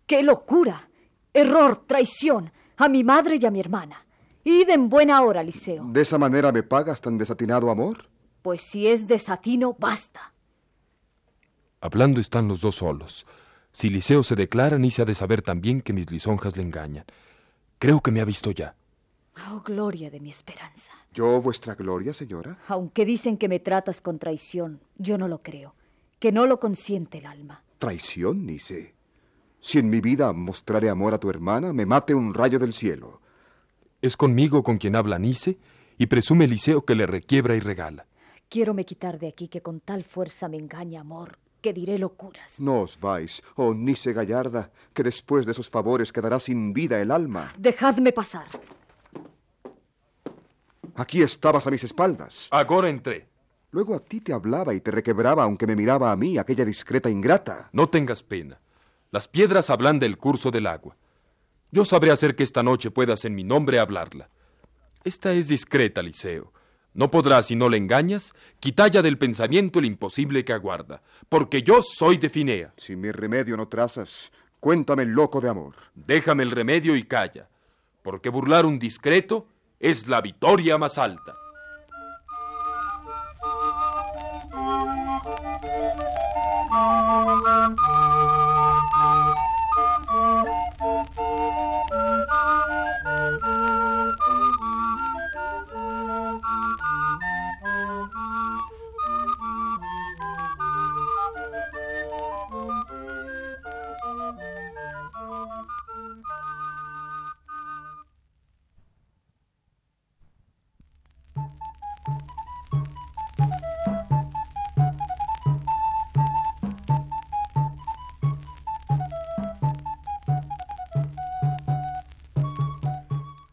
[SPEAKER 3] ¡Qué locura! ¡Error! ¡Traición! a mi madre y a mi hermana. Id en buena hora, Liceo.
[SPEAKER 10] ¿De esa manera me pagas tan desatinado amor?
[SPEAKER 3] Pues si es desatino, basta.
[SPEAKER 7] Hablando están los dos solos. Si Liceo se declara, ni se ha de saber también que mis lisonjas le engañan. Creo que me ha visto ya.
[SPEAKER 3] Oh, gloria de mi esperanza.
[SPEAKER 10] ¿Yo vuestra gloria, señora?
[SPEAKER 3] Aunque dicen que me tratas con traición, yo no lo creo. Que no lo consiente el alma.
[SPEAKER 10] Traición, Nice. Si en mi vida mostraré amor a tu hermana, me mate un rayo del cielo.
[SPEAKER 7] Es conmigo con quien habla Nice y presume Liceo que le requiebra y regala.
[SPEAKER 3] Quiero me quitar de aquí que con tal fuerza me engaña amor, que diré locuras.
[SPEAKER 10] No os vais, oh Nice Gallarda, que después de esos favores quedará sin vida el alma.
[SPEAKER 3] Dejadme pasar.
[SPEAKER 10] Aquí estabas a mis espaldas.
[SPEAKER 7] Agora entré.
[SPEAKER 10] Luego a ti te hablaba y te requebraba, aunque me miraba a mí, aquella discreta ingrata.
[SPEAKER 7] No tengas pena. Las piedras hablan del curso del agua. Yo sabré hacer que esta noche puedas en mi nombre hablarla. Esta es discreta, Liceo. No podrás, si no le engañas, quitalla del pensamiento el imposible que aguarda, porque yo soy de Finea.
[SPEAKER 10] Si mi remedio no trazas, cuéntame el loco de amor.
[SPEAKER 7] Déjame el remedio y calla, porque burlar un discreto es la victoria más alta.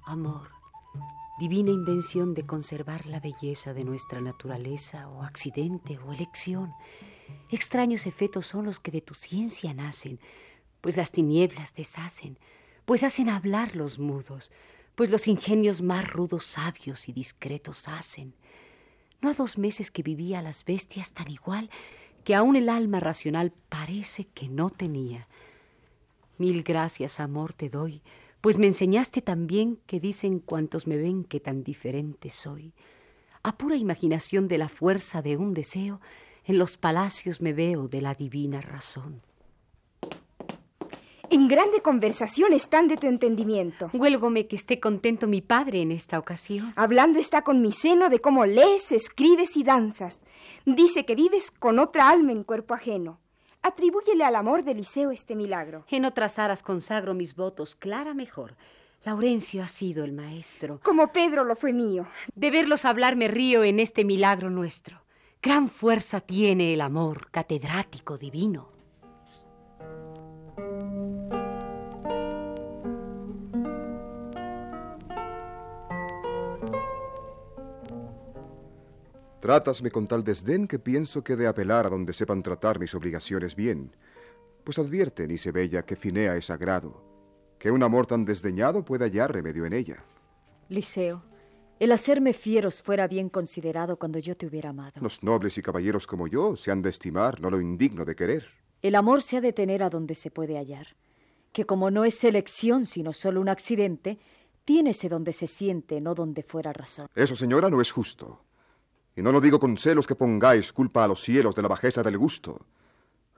[SPEAKER 5] Amor, divina invención de conservar la belleza de nuestra naturaleza o accidente o elección. Extraños efectos son los que de tu ciencia nacen, pues las tinieblas deshacen, pues hacen hablar los mudos, pues los ingenios más rudos, sabios y discretos hacen. No a dos meses que vivía a las bestias tan igual que aún el alma racional parece que no tenía. Mil gracias, amor, te doy, pues me enseñaste también que dicen cuantos me ven que tan diferente soy. A pura imaginación de la fuerza de un deseo, en los palacios me veo de la divina razón.
[SPEAKER 6] En grande conversación están de tu entendimiento.
[SPEAKER 5] Huélgome que esté contento mi padre en esta ocasión.
[SPEAKER 6] Hablando está con mi seno de cómo lees, escribes y danzas. Dice que vives con otra alma en cuerpo ajeno. Atribúyele al amor de Liceo este milagro.
[SPEAKER 5] En otras aras consagro mis votos, clara mejor. Laurencio ha sido el maestro.
[SPEAKER 6] Como Pedro lo fue mío.
[SPEAKER 5] De verlos hablar me río en este milagro nuestro. Gran fuerza tiene el amor, catedrático divino.
[SPEAKER 10] Trátasme con tal desdén que pienso que he de apelar a donde sepan tratar mis obligaciones bien. Pues advierte, Nice Bella, que Finea es sagrado, que un amor tan desdeñado puede hallar remedio en ella.
[SPEAKER 3] Liceo, el hacerme fieros fuera bien considerado cuando yo te hubiera amado.
[SPEAKER 10] Los nobles y caballeros como yo se han de estimar, no lo indigno de querer.
[SPEAKER 3] El amor se ha de tener a donde se puede hallar, que como no es selección sino solo un accidente, tiénese donde se siente, no donde fuera razón.
[SPEAKER 10] Eso, señora, no es justo. Y no lo digo con celos que pongáis culpa a los cielos de la bajeza del gusto.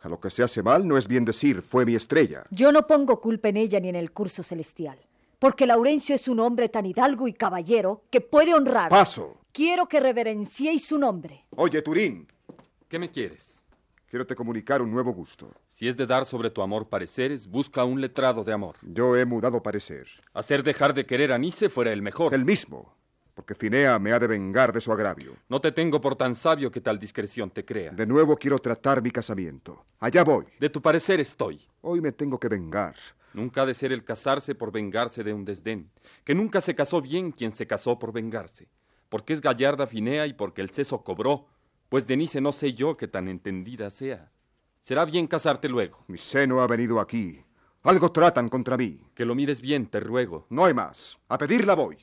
[SPEAKER 10] A lo que se hace mal no es bien decir fue mi estrella.
[SPEAKER 3] Yo no pongo culpa en ella ni en el curso celestial, porque Laurencio es un hombre tan hidalgo y caballero que puede honrar.
[SPEAKER 10] Paso.
[SPEAKER 3] Quiero que reverenciéis su nombre.
[SPEAKER 10] Oye, Turín,
[SPEAKER 1] ¿Qué me quieres?
[SPEAKER 10] quiero te comunicar un nuevo gusto.
[SPEAKER 1] Si es de dar sobre tu amor pareceres, busca un letrado de amor.
[SPEAKER 10] Yo he mudado parecer.
[SPEAKER 1] Hacer dejar de querer a Nice fuera el mejor.
[SPEAKER 10] El mismo, porque Finea me ha de vengar de su agravio.
[SPEAKER 1] No te tengo por tan sabio que tal discreción te crea.
[SPEAKER 10] De nuevo quiero tratar mi casamiento. Allá voy.
[SPEAKER 1] De tu parecer estoy.
[SPEAKER 10] Hoy me tengo que vengar.
[SPEAKER 1] Nunca ha de ser el casarse por vengarse de un desdén, que nunca se casó bien quien se casó por vengarse, porque es gallarda Finea y porque el seso cobró, pues de Nice no sé yo que tan entendida sea. Será bien casarte luego.
[SPEAKER 10] Mi seno ha venido aquí. Algo tratan contra mí.
[SPEAKER 1] Que lo mires bien, te ruego.
[SPEAKER 10] No hay más. A pedirla voy.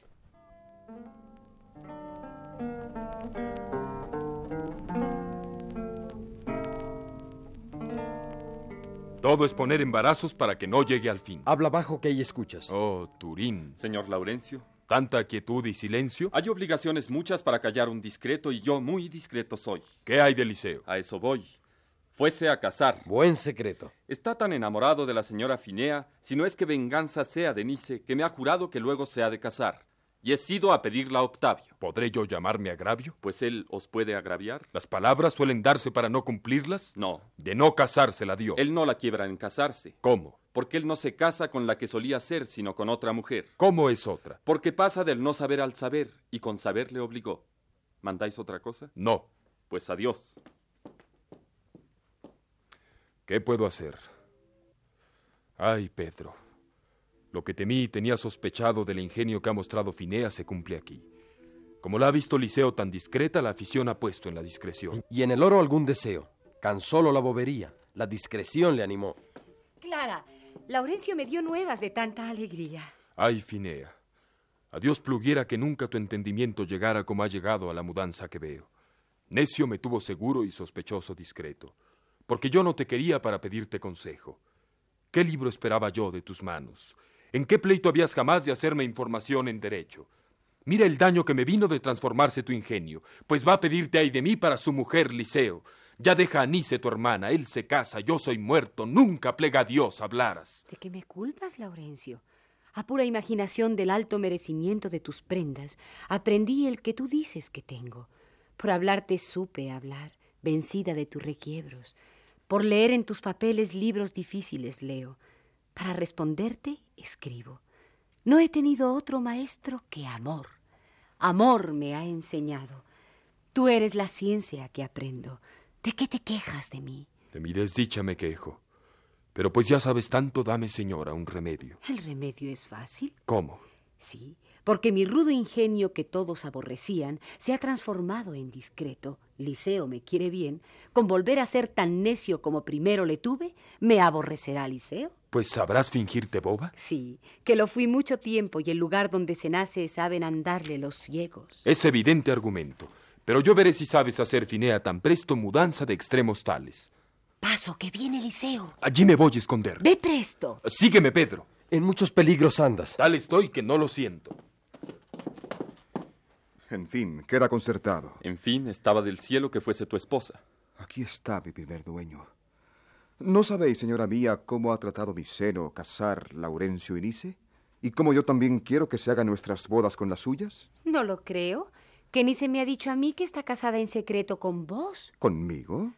[SPEAKER 7] Todo es poner embarazos para que no llegue al fin.
[SPEAKER 8] Habla bajo que ahí escuchas.
[SPEAKER 7] Oh, Turín.
[SPEAKER 1] Señor Laurencio.
[SPEAKER 7] ¿Tanta quietud y silencio?
[SPEAKER 1] Hay obligaciones muchas para callar un discreto y yo muy discreto soy.
[SPEAKER 7] ¿Qué hay de Liceo?
[SPEAKER 1] A eso voy. Fuese a casar.
[SPEAKER 8] Buen secreto.
[SPEAKER 1] Está tan enamorado de la señora Finea, si no es que venganza sea de Nice, que me ha jurado que luego se ha de casar. Y he sido a pedirla a Octavio.
[SPEAKER 7] ¿Podré yo llamarme agravio?
[SPEAKER 1] Pues él os puede agraviar.
[SPEAKER 7] ¿Las palabras suelen darse para no cumplirlas?
[SPEAKER 1] No.
[SPEAKER 7] De no casarse la dio.
[SPEAKER 1] Él no la quiebra en casarse.
[SPEAKER 7] ¿Cómo?
[SPEAKER 1] Porque él no se casa con la que solía ser, sino con otra mujer.
[SPEAKER 7] ¿Cómo es otra?
[SPEAKER 1] Porque pasa del no saber al saber, y con saber le obligó. ¿Mandáis otra cosa?
[SPEAKER 7] No.
[SPEAKER 1] Pues adiós.
[SPEAKER 7] ¿Qué puedo hacer? Ay, Pedro. Lo que temí y tenía sospechado del ingenio que ha mostrado Finea se cumple aquí. Como la ha visto Liceo tan discreta, la afición ha puesto en la discreción.
[SPEAKER 8] Y en el oro algún deseo. Cansólo la bobería. La discreción le animó.
[SPEAKER 12] Clara, Laurencio me dio nuevas de tanta alegría.
[SPEAKER 7] Ay, Finea. A Dios pluguiera que nunca tu entendimiento llegara como ha llegado a la mudanza que veo. Necio me tuvo seguro y sospechoso discreto, porque yo no te quería para pedirte consejo. ¿Qué libro esperaba yo de tus manos? ¿En qué pleito habías jamás de hacerme información en derecho? Mira el daño que me vino de transformarse tu ingenio, pues va a pedirte ahí de mí para su mujer Liceo. Ya deja a Nice tu hermana, él se casa, yo soy muerto, nunca plega a Dios hablaras.
[SPEAKER 5] ¿De qué me culpas, Laurencio? A pura imaginación del alto merecimiento de tus prendas, aprendí el que tú dices que tengo. Por hablarte supe hablar, vencida de tus requiebros. Por leer en tus papeles libros difíciles leo. Para responderte, escribo. No he tenido otro maestro que amor. Amor me ha enseñado. Tú eres la ciencia que aprendo. ¿De qué te quejas de mí?
[SPEAKER 7] De mi desdicha me quejo. Pero pues ya sabes tanto, dame, señora, un remedio.
[SPEAKER 5] El remedio es fácil.
[SPEAKER 7] ¿Cómo?
[SPEAKER 5] Sí, porque mi rudo ingenio que todos aborrecían se ha transformado en discreto. Liceo me quiere bien. Con volver a ser tan necio como primero le tuve, me aborrecerá Liceo.
[SPEAKER 7] Pues sabrás fingirte boba.
[SPEAKER 5] Sí, que lo fui mucho tiempo y el lugar donde se nace saben andarle los ciegos.
[SPEAKER 7] Es evidente argumento, pero yo veré si sabes hacer finea tan presto mudanza de extremos tales.
[SPEAKER 5] Paso, que viene Eliseo.
[SPEAKER 7] Allí me voy a esconder.
[SPEAKER 5] Ve presto.
[SPEAKER 7] Sígueme, Pedro.
[SPEAKER 8] En muchos peligros andas.
[SPEAKER 7] Tal estoy que no lo siento.
[SPEAKER 10] En fin, queda concertado.
[SPEAKER 1] En fin, estaba del cielo que fuese tu esposa.
[SPEAKER 10] Aquí está mi primer dueño. ¿No sabéis, señora mía, cómo ha tratado mi seno casar Laurencio y Nice? ¿Y cómo yo también quiero que se hagan nuestras bodas con las suyas?
[SPEAKER 5] No lo creo. Que Nice me ha dicho a mí que está casada en secreto con vos.
[SPEAKER 10] ¿Conmigo?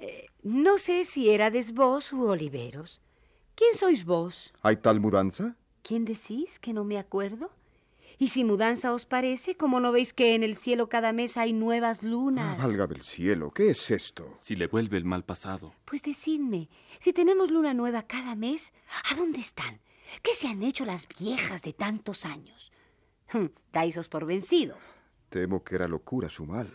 [SPEAKER 5] Eh, no sé si érades vos u Oliveros. ¿Quién sois vos?
[SPEAKER 10] ¿Hay tal mudanza?
[SPEAKER 5] ¿Quién decís que no me acuerdo? Y si mudanza os parece, ¿cómo no veis que en el cielo cada mes hay nuevas lunas?
[SPEAKER 10] Ah, válgame el cielo, ¿qué es esto?
[SPEAKER 1] Si le vuelve el mal pasado.
[SPEAKER 5] Pues decidme, si tenemos luna nueva cada mes, ¿a dónde están? ¿Qué se han hecho las viejas de tantos años? Daisos por vencido.
[SPEAKER 10] Temo que era locura su mal.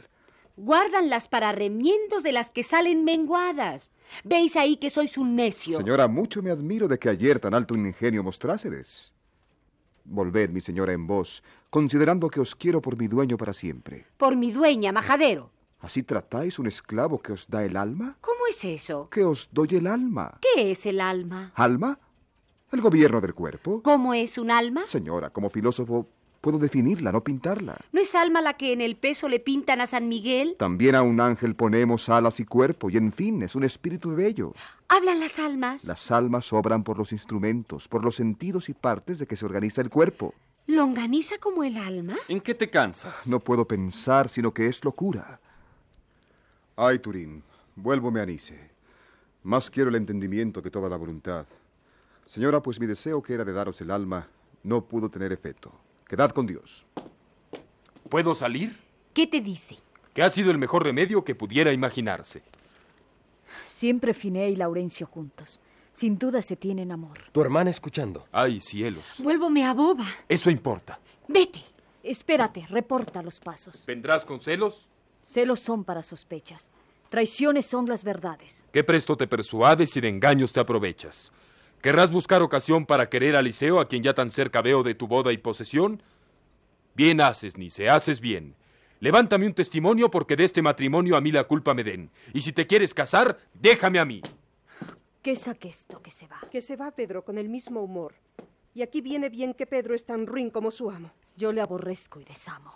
[SPEAKER 5] Guárdanlas para remiendos de las que salen menguadas. Veis ahí que sois un necio.
[SPEAKER 10] Señora, mucho me admiro de que ayer tan alto un ingenio mostrásedes. Volved, mi señora, en vos, considerando que os quiero por mi dueño para siempre.
[SPEAKER 5] Por mi dueña, majadero.
[SPEAKER 10] ¿Así tratáis un esclavo que os da el alma?
[SPEAKER 5] ¿Cómo es eso?
[SPEAKER 10] Que os doy el alma.
[SPEAKER 5] ¿Qué es el alma?
[SPEAKER 10] ¿Alma? ¿El gobierno del cuerpo?
[SPEAKER 5] ¿Cómo es un alma?
[SPEAKER 10] Señora, como filósofo, puedo definirla, no pintarla.
[SPEAKER 5] ¿No es alma la que en el peso le pintan a San Miguel?
[SPEAKER 10] También a un ángel ponemos alas y cuerpo, y en fin, es un espíritu bello.
[SPEAKER 5] ¿Hablan las almas?
[SPEAKER 10] Las almas obran por los instrumentos, por los sentidos y partes de que se organiza el cuerpo.
[SPEAKER 5] ¿Longaniza como el alma?
[SPEAKER 1] ¿En qué te cansas?
[SPEAKER 10] No puedo pensar, sino que es locura. Ay, Turín, vuélvome a Nice. Más quiero el entendimiento que toda la voluntad. Señora, pues mi deseo que era de daros el alma no pudo tener efecto. Quedad con Dios.
[SPEAKER 7] ¿Puedo salir?
[SPEAKER 5] ¿Qué te dice?
[SPEAKER 7] Que ha sido el mejor remedio que pudiera imaginarse.
[SPEAKER 3] Siempre Finea y Laurencio juntos. Sin duda se tienen amor.
[SPEAKER 8] Tu hermana escuchando.
[SPEAKER 7] Ay, cielos.
[SPEAKER 12] Vuélvome a boba.
[SPEAKER 7] Eso importa.
[SPEAKER 12] Vete.
[SPEAKER 3] Espérate, reporta los pasos.
[SPEAKER 7] ¿Vendrás con celos?
[SPEAKER 3] Celos son para sospechas. Traiciones son las verdades.
[SPEAKER 7] Qué presto te persuades y de engaños te aprovechas. ¿Querrás buscar ocasión para querer a Liceo, a quien ya tan cerca veo de tu boda y posesión? Bien haces, Nice, haces bien. Levántame un testimonio porque de este matrimonio a mí la culpa me den. Y si te quieres casar, déjame a mí.
[SPEAKER 3] ¿Qué saque esto que se va?
[SPEAKER 4] Que se va Pedro con el mismo humor. Y aquí viene bien que Pedro es tan ruin como su amo.
[SPEAKER 3] Yo le aborrezco y desamo.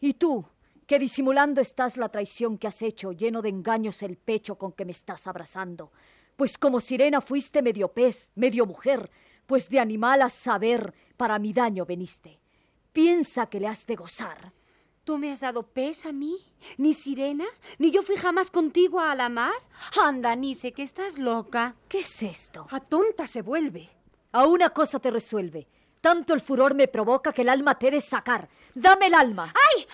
[SPEAKER 3] Y tú, que disimulando estás la traición que has hecho, lleno de engaños el pecho con que me estás abrazando. Pues como sirena fuiste medio pez, medio mujer, pues de animal a saber para mi daño veniste. Piensa que le has de gozar.
[SPEAKER 5] ¿Tú me has dado pez a mí? ¿Ni sirena? ¿Ni yo fui jamás contigo a la mar? Anda, Nice, que estás loca.
[SPEAKER 3] ¿Qué es esto?
[SPEAKER 4] A tonta se vuelve.
[SPEAKER 3] A una cosa te resuelve. Tanto el furor me provoca que el alma te de sacar. Dame el alma.
[SPEAKER 5] ¡Ay!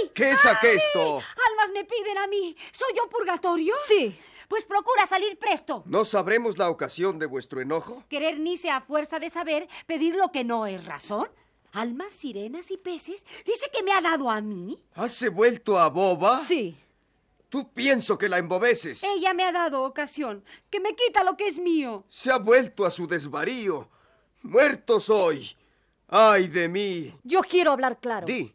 [SPEAKER 5] ¡Ay!
[SPEAKER 9] ¿Qué
[SPEAKER 5] ¡Ay!
[SPEAKER 9] saqué esto?
[SPEAKER 5] Almas me piden a mí. ¿Soy yo purgatorio?
[SPEAKER 3] Sí.
[SPEAKER 5] Pues procura salir presto.
[SPEAKER 9] ¿No sabremos la ocasión de vuestro enojo?
[SPEAKER 5] Querer Nice a fuerza de saber pedir lo que no es razón. Almas, sirenas y peces. Dice que me ha dado a mí.
[SPEAKER 9] ¿Hase vuelto a boba?
[SPEAKER 3] Sí.
[SPEAKER 9] Tú pienso que la embobeces.
[SPEAKER 5] Ella me ha dado ocasión, que me quita lo que es mío.
[SPEAKER 9] Se ha vuelto a su desvarío. Muerto soy. ¡Ay de mí!
[SPEAKER 3] Yo quiero hablar claro.
[SPEAKER 9] Di,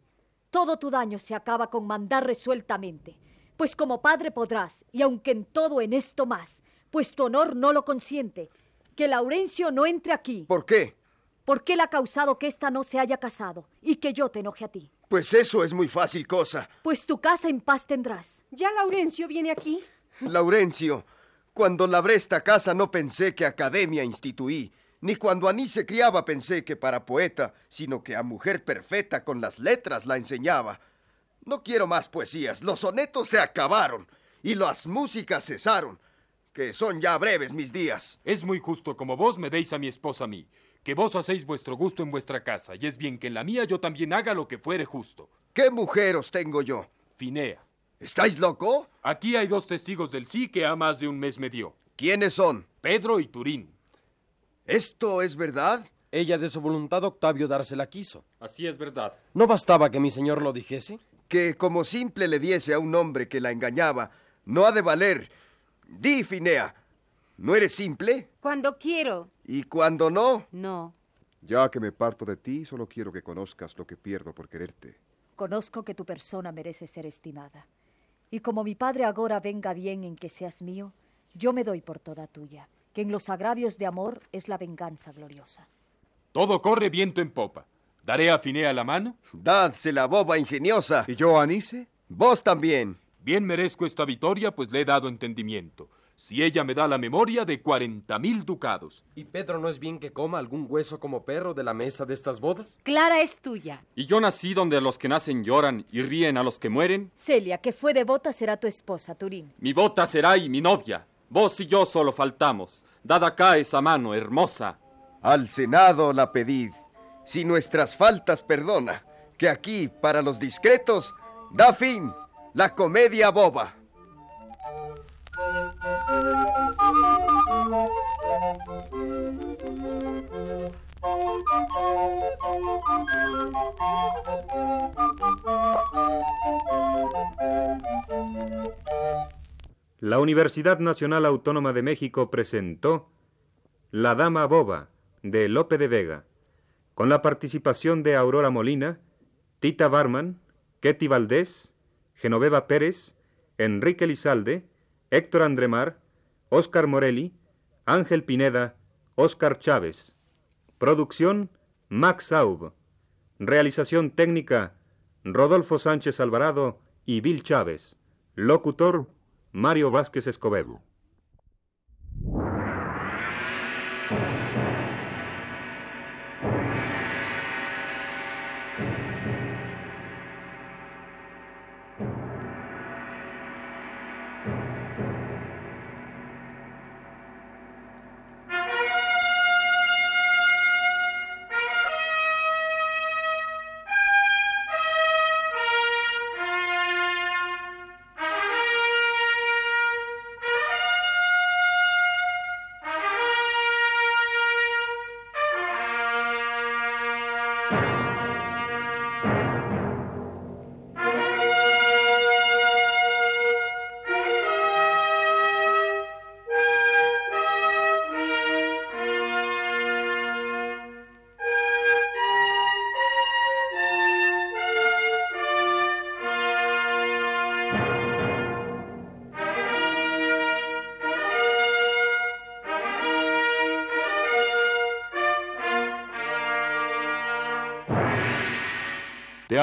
[SPEAKER 3] Todo tu daño se acaba con mandar resueltamente, pues como padre podrás, y aunque en todo en esto más, pues tu honor no lo consiente, que Laurencio no entre aquí,
[SPEAKER 9] ¿por qué?
[SPEAKER 3] porque él ha causado que ésta no se haya casado, y que yo te enoje a ti,
[SPEAKER 9] Pues eso es muy fácil cosa.
[SPEAKER 3] pues tu casa en paz tendrás.
[SPEAKER 4] Ya Laurencio viene aquí.
[SPEAKER 9] Laurencio, cuando labré esta casa no pensé que academia instituí, ni cuando Aní se criaba pensé que para poeta, sino que a mujer perfecta con las letras la enseñaba. No quiero más poesías, los sonetos se acabaron y las músicas cesaron, que son ya breves mis días.
[SPEAKER 7] Es muy justo como vos me deis a mi esposa a mí, que vos hacéis vuestro gusto en vuestra casa, y es bien que en la mía yo también haga lo que fuere justo.
[SPEAKER 9] ¿Qué mujer os tengo yo?
[SPEAKER 7] Finea,
[SPEAKER 9] ¿Estáis loco?
[SPEAKER 7] aquí hay dos testigos del sí que a más de un mes me dio,
[SPEAKER 9] ¿Quiénes son?
[SPEAKER 7] Pedro y Turín.
[SPEAKER 9] ¿Esto es verdad?
[SPEAKER 8] Ella de su voluntad Octavio dársela quiso.
[SPEAKER 1] Así es verdad.
[SPEAKER 8] ¿No bastaba que mi señor lo dijese?
[SPEAKER 9] Que como simple le diese a un hombre que la engañaba, no ha de valer. Di, Finea, ¿no eres simple?
[SPEAKER 11] Cuando quiero.
[SPEAKER 9] Y cuando no,
[SPEAKER 11] No.
[SPEAKER 10] Ya que me parto de ti, solo quiero que conozcas lo que pierdo por quererte.
[SPEAKER 3] Conozco que tu persona merece ser estimada, y como mi padre agora venga bien en que seas mío, yo me doy por toda tuya, que en los agravios de amor es la venganza gloriosa.
[SPEAKER 7] Todo corre viento en popa. ¿Daré a Finea la mano?
[SPEAKER 9] dádsela boba ingeniosa.
[SPEAKER 10] ¿Y yo, Anise?
[SPEAKER 9] Vos también.
[SPEAKER 7] Bien merezco esta victoria, pues le he dado entendimiento. Si ella me da la memoria de cuarenta mil ducados.
[SPEAKER 8] ¿Y Pedro no es bien que coma algún hueso como perro de la mesa de estas bodas?
[SPEAKER 11] Clara es tuya.
[SPEAKER 1] ¿Y yo nací donde los que nacen lloran y ríen a los que mueren?
[SPEAKER 3] Celia, que fue devota, será tu esposa, Turín.
[SPEAKER 1] Mi bota será y mi novia. Vos y yo solo faltamos. Dad acá esa mano hermosa.
[SPEAKER 9] Al Senado la pedid. Si nuestras faltas perdona, que aquí, para los discretos, da fin la comedia boba.
[SPEAKER 2] La Universidad Nacional Autónoma de México presentó La Dama Boba de Lope de Vega, con la participación de Aurora Molina, Tita Barman, Ketty Valdés, Genoveva Pérez, Enrique Lizalde, Héctor Andremar, Óscar Morelli, Ángel Pineda, Óscar Chávez. Producción Max Saub. Realización técnica Rodolfo Sánchez Alvarado y Bill Chávez. Locutor Mario Vázquez Escobedo.
[SPEAKER 13] Thank you.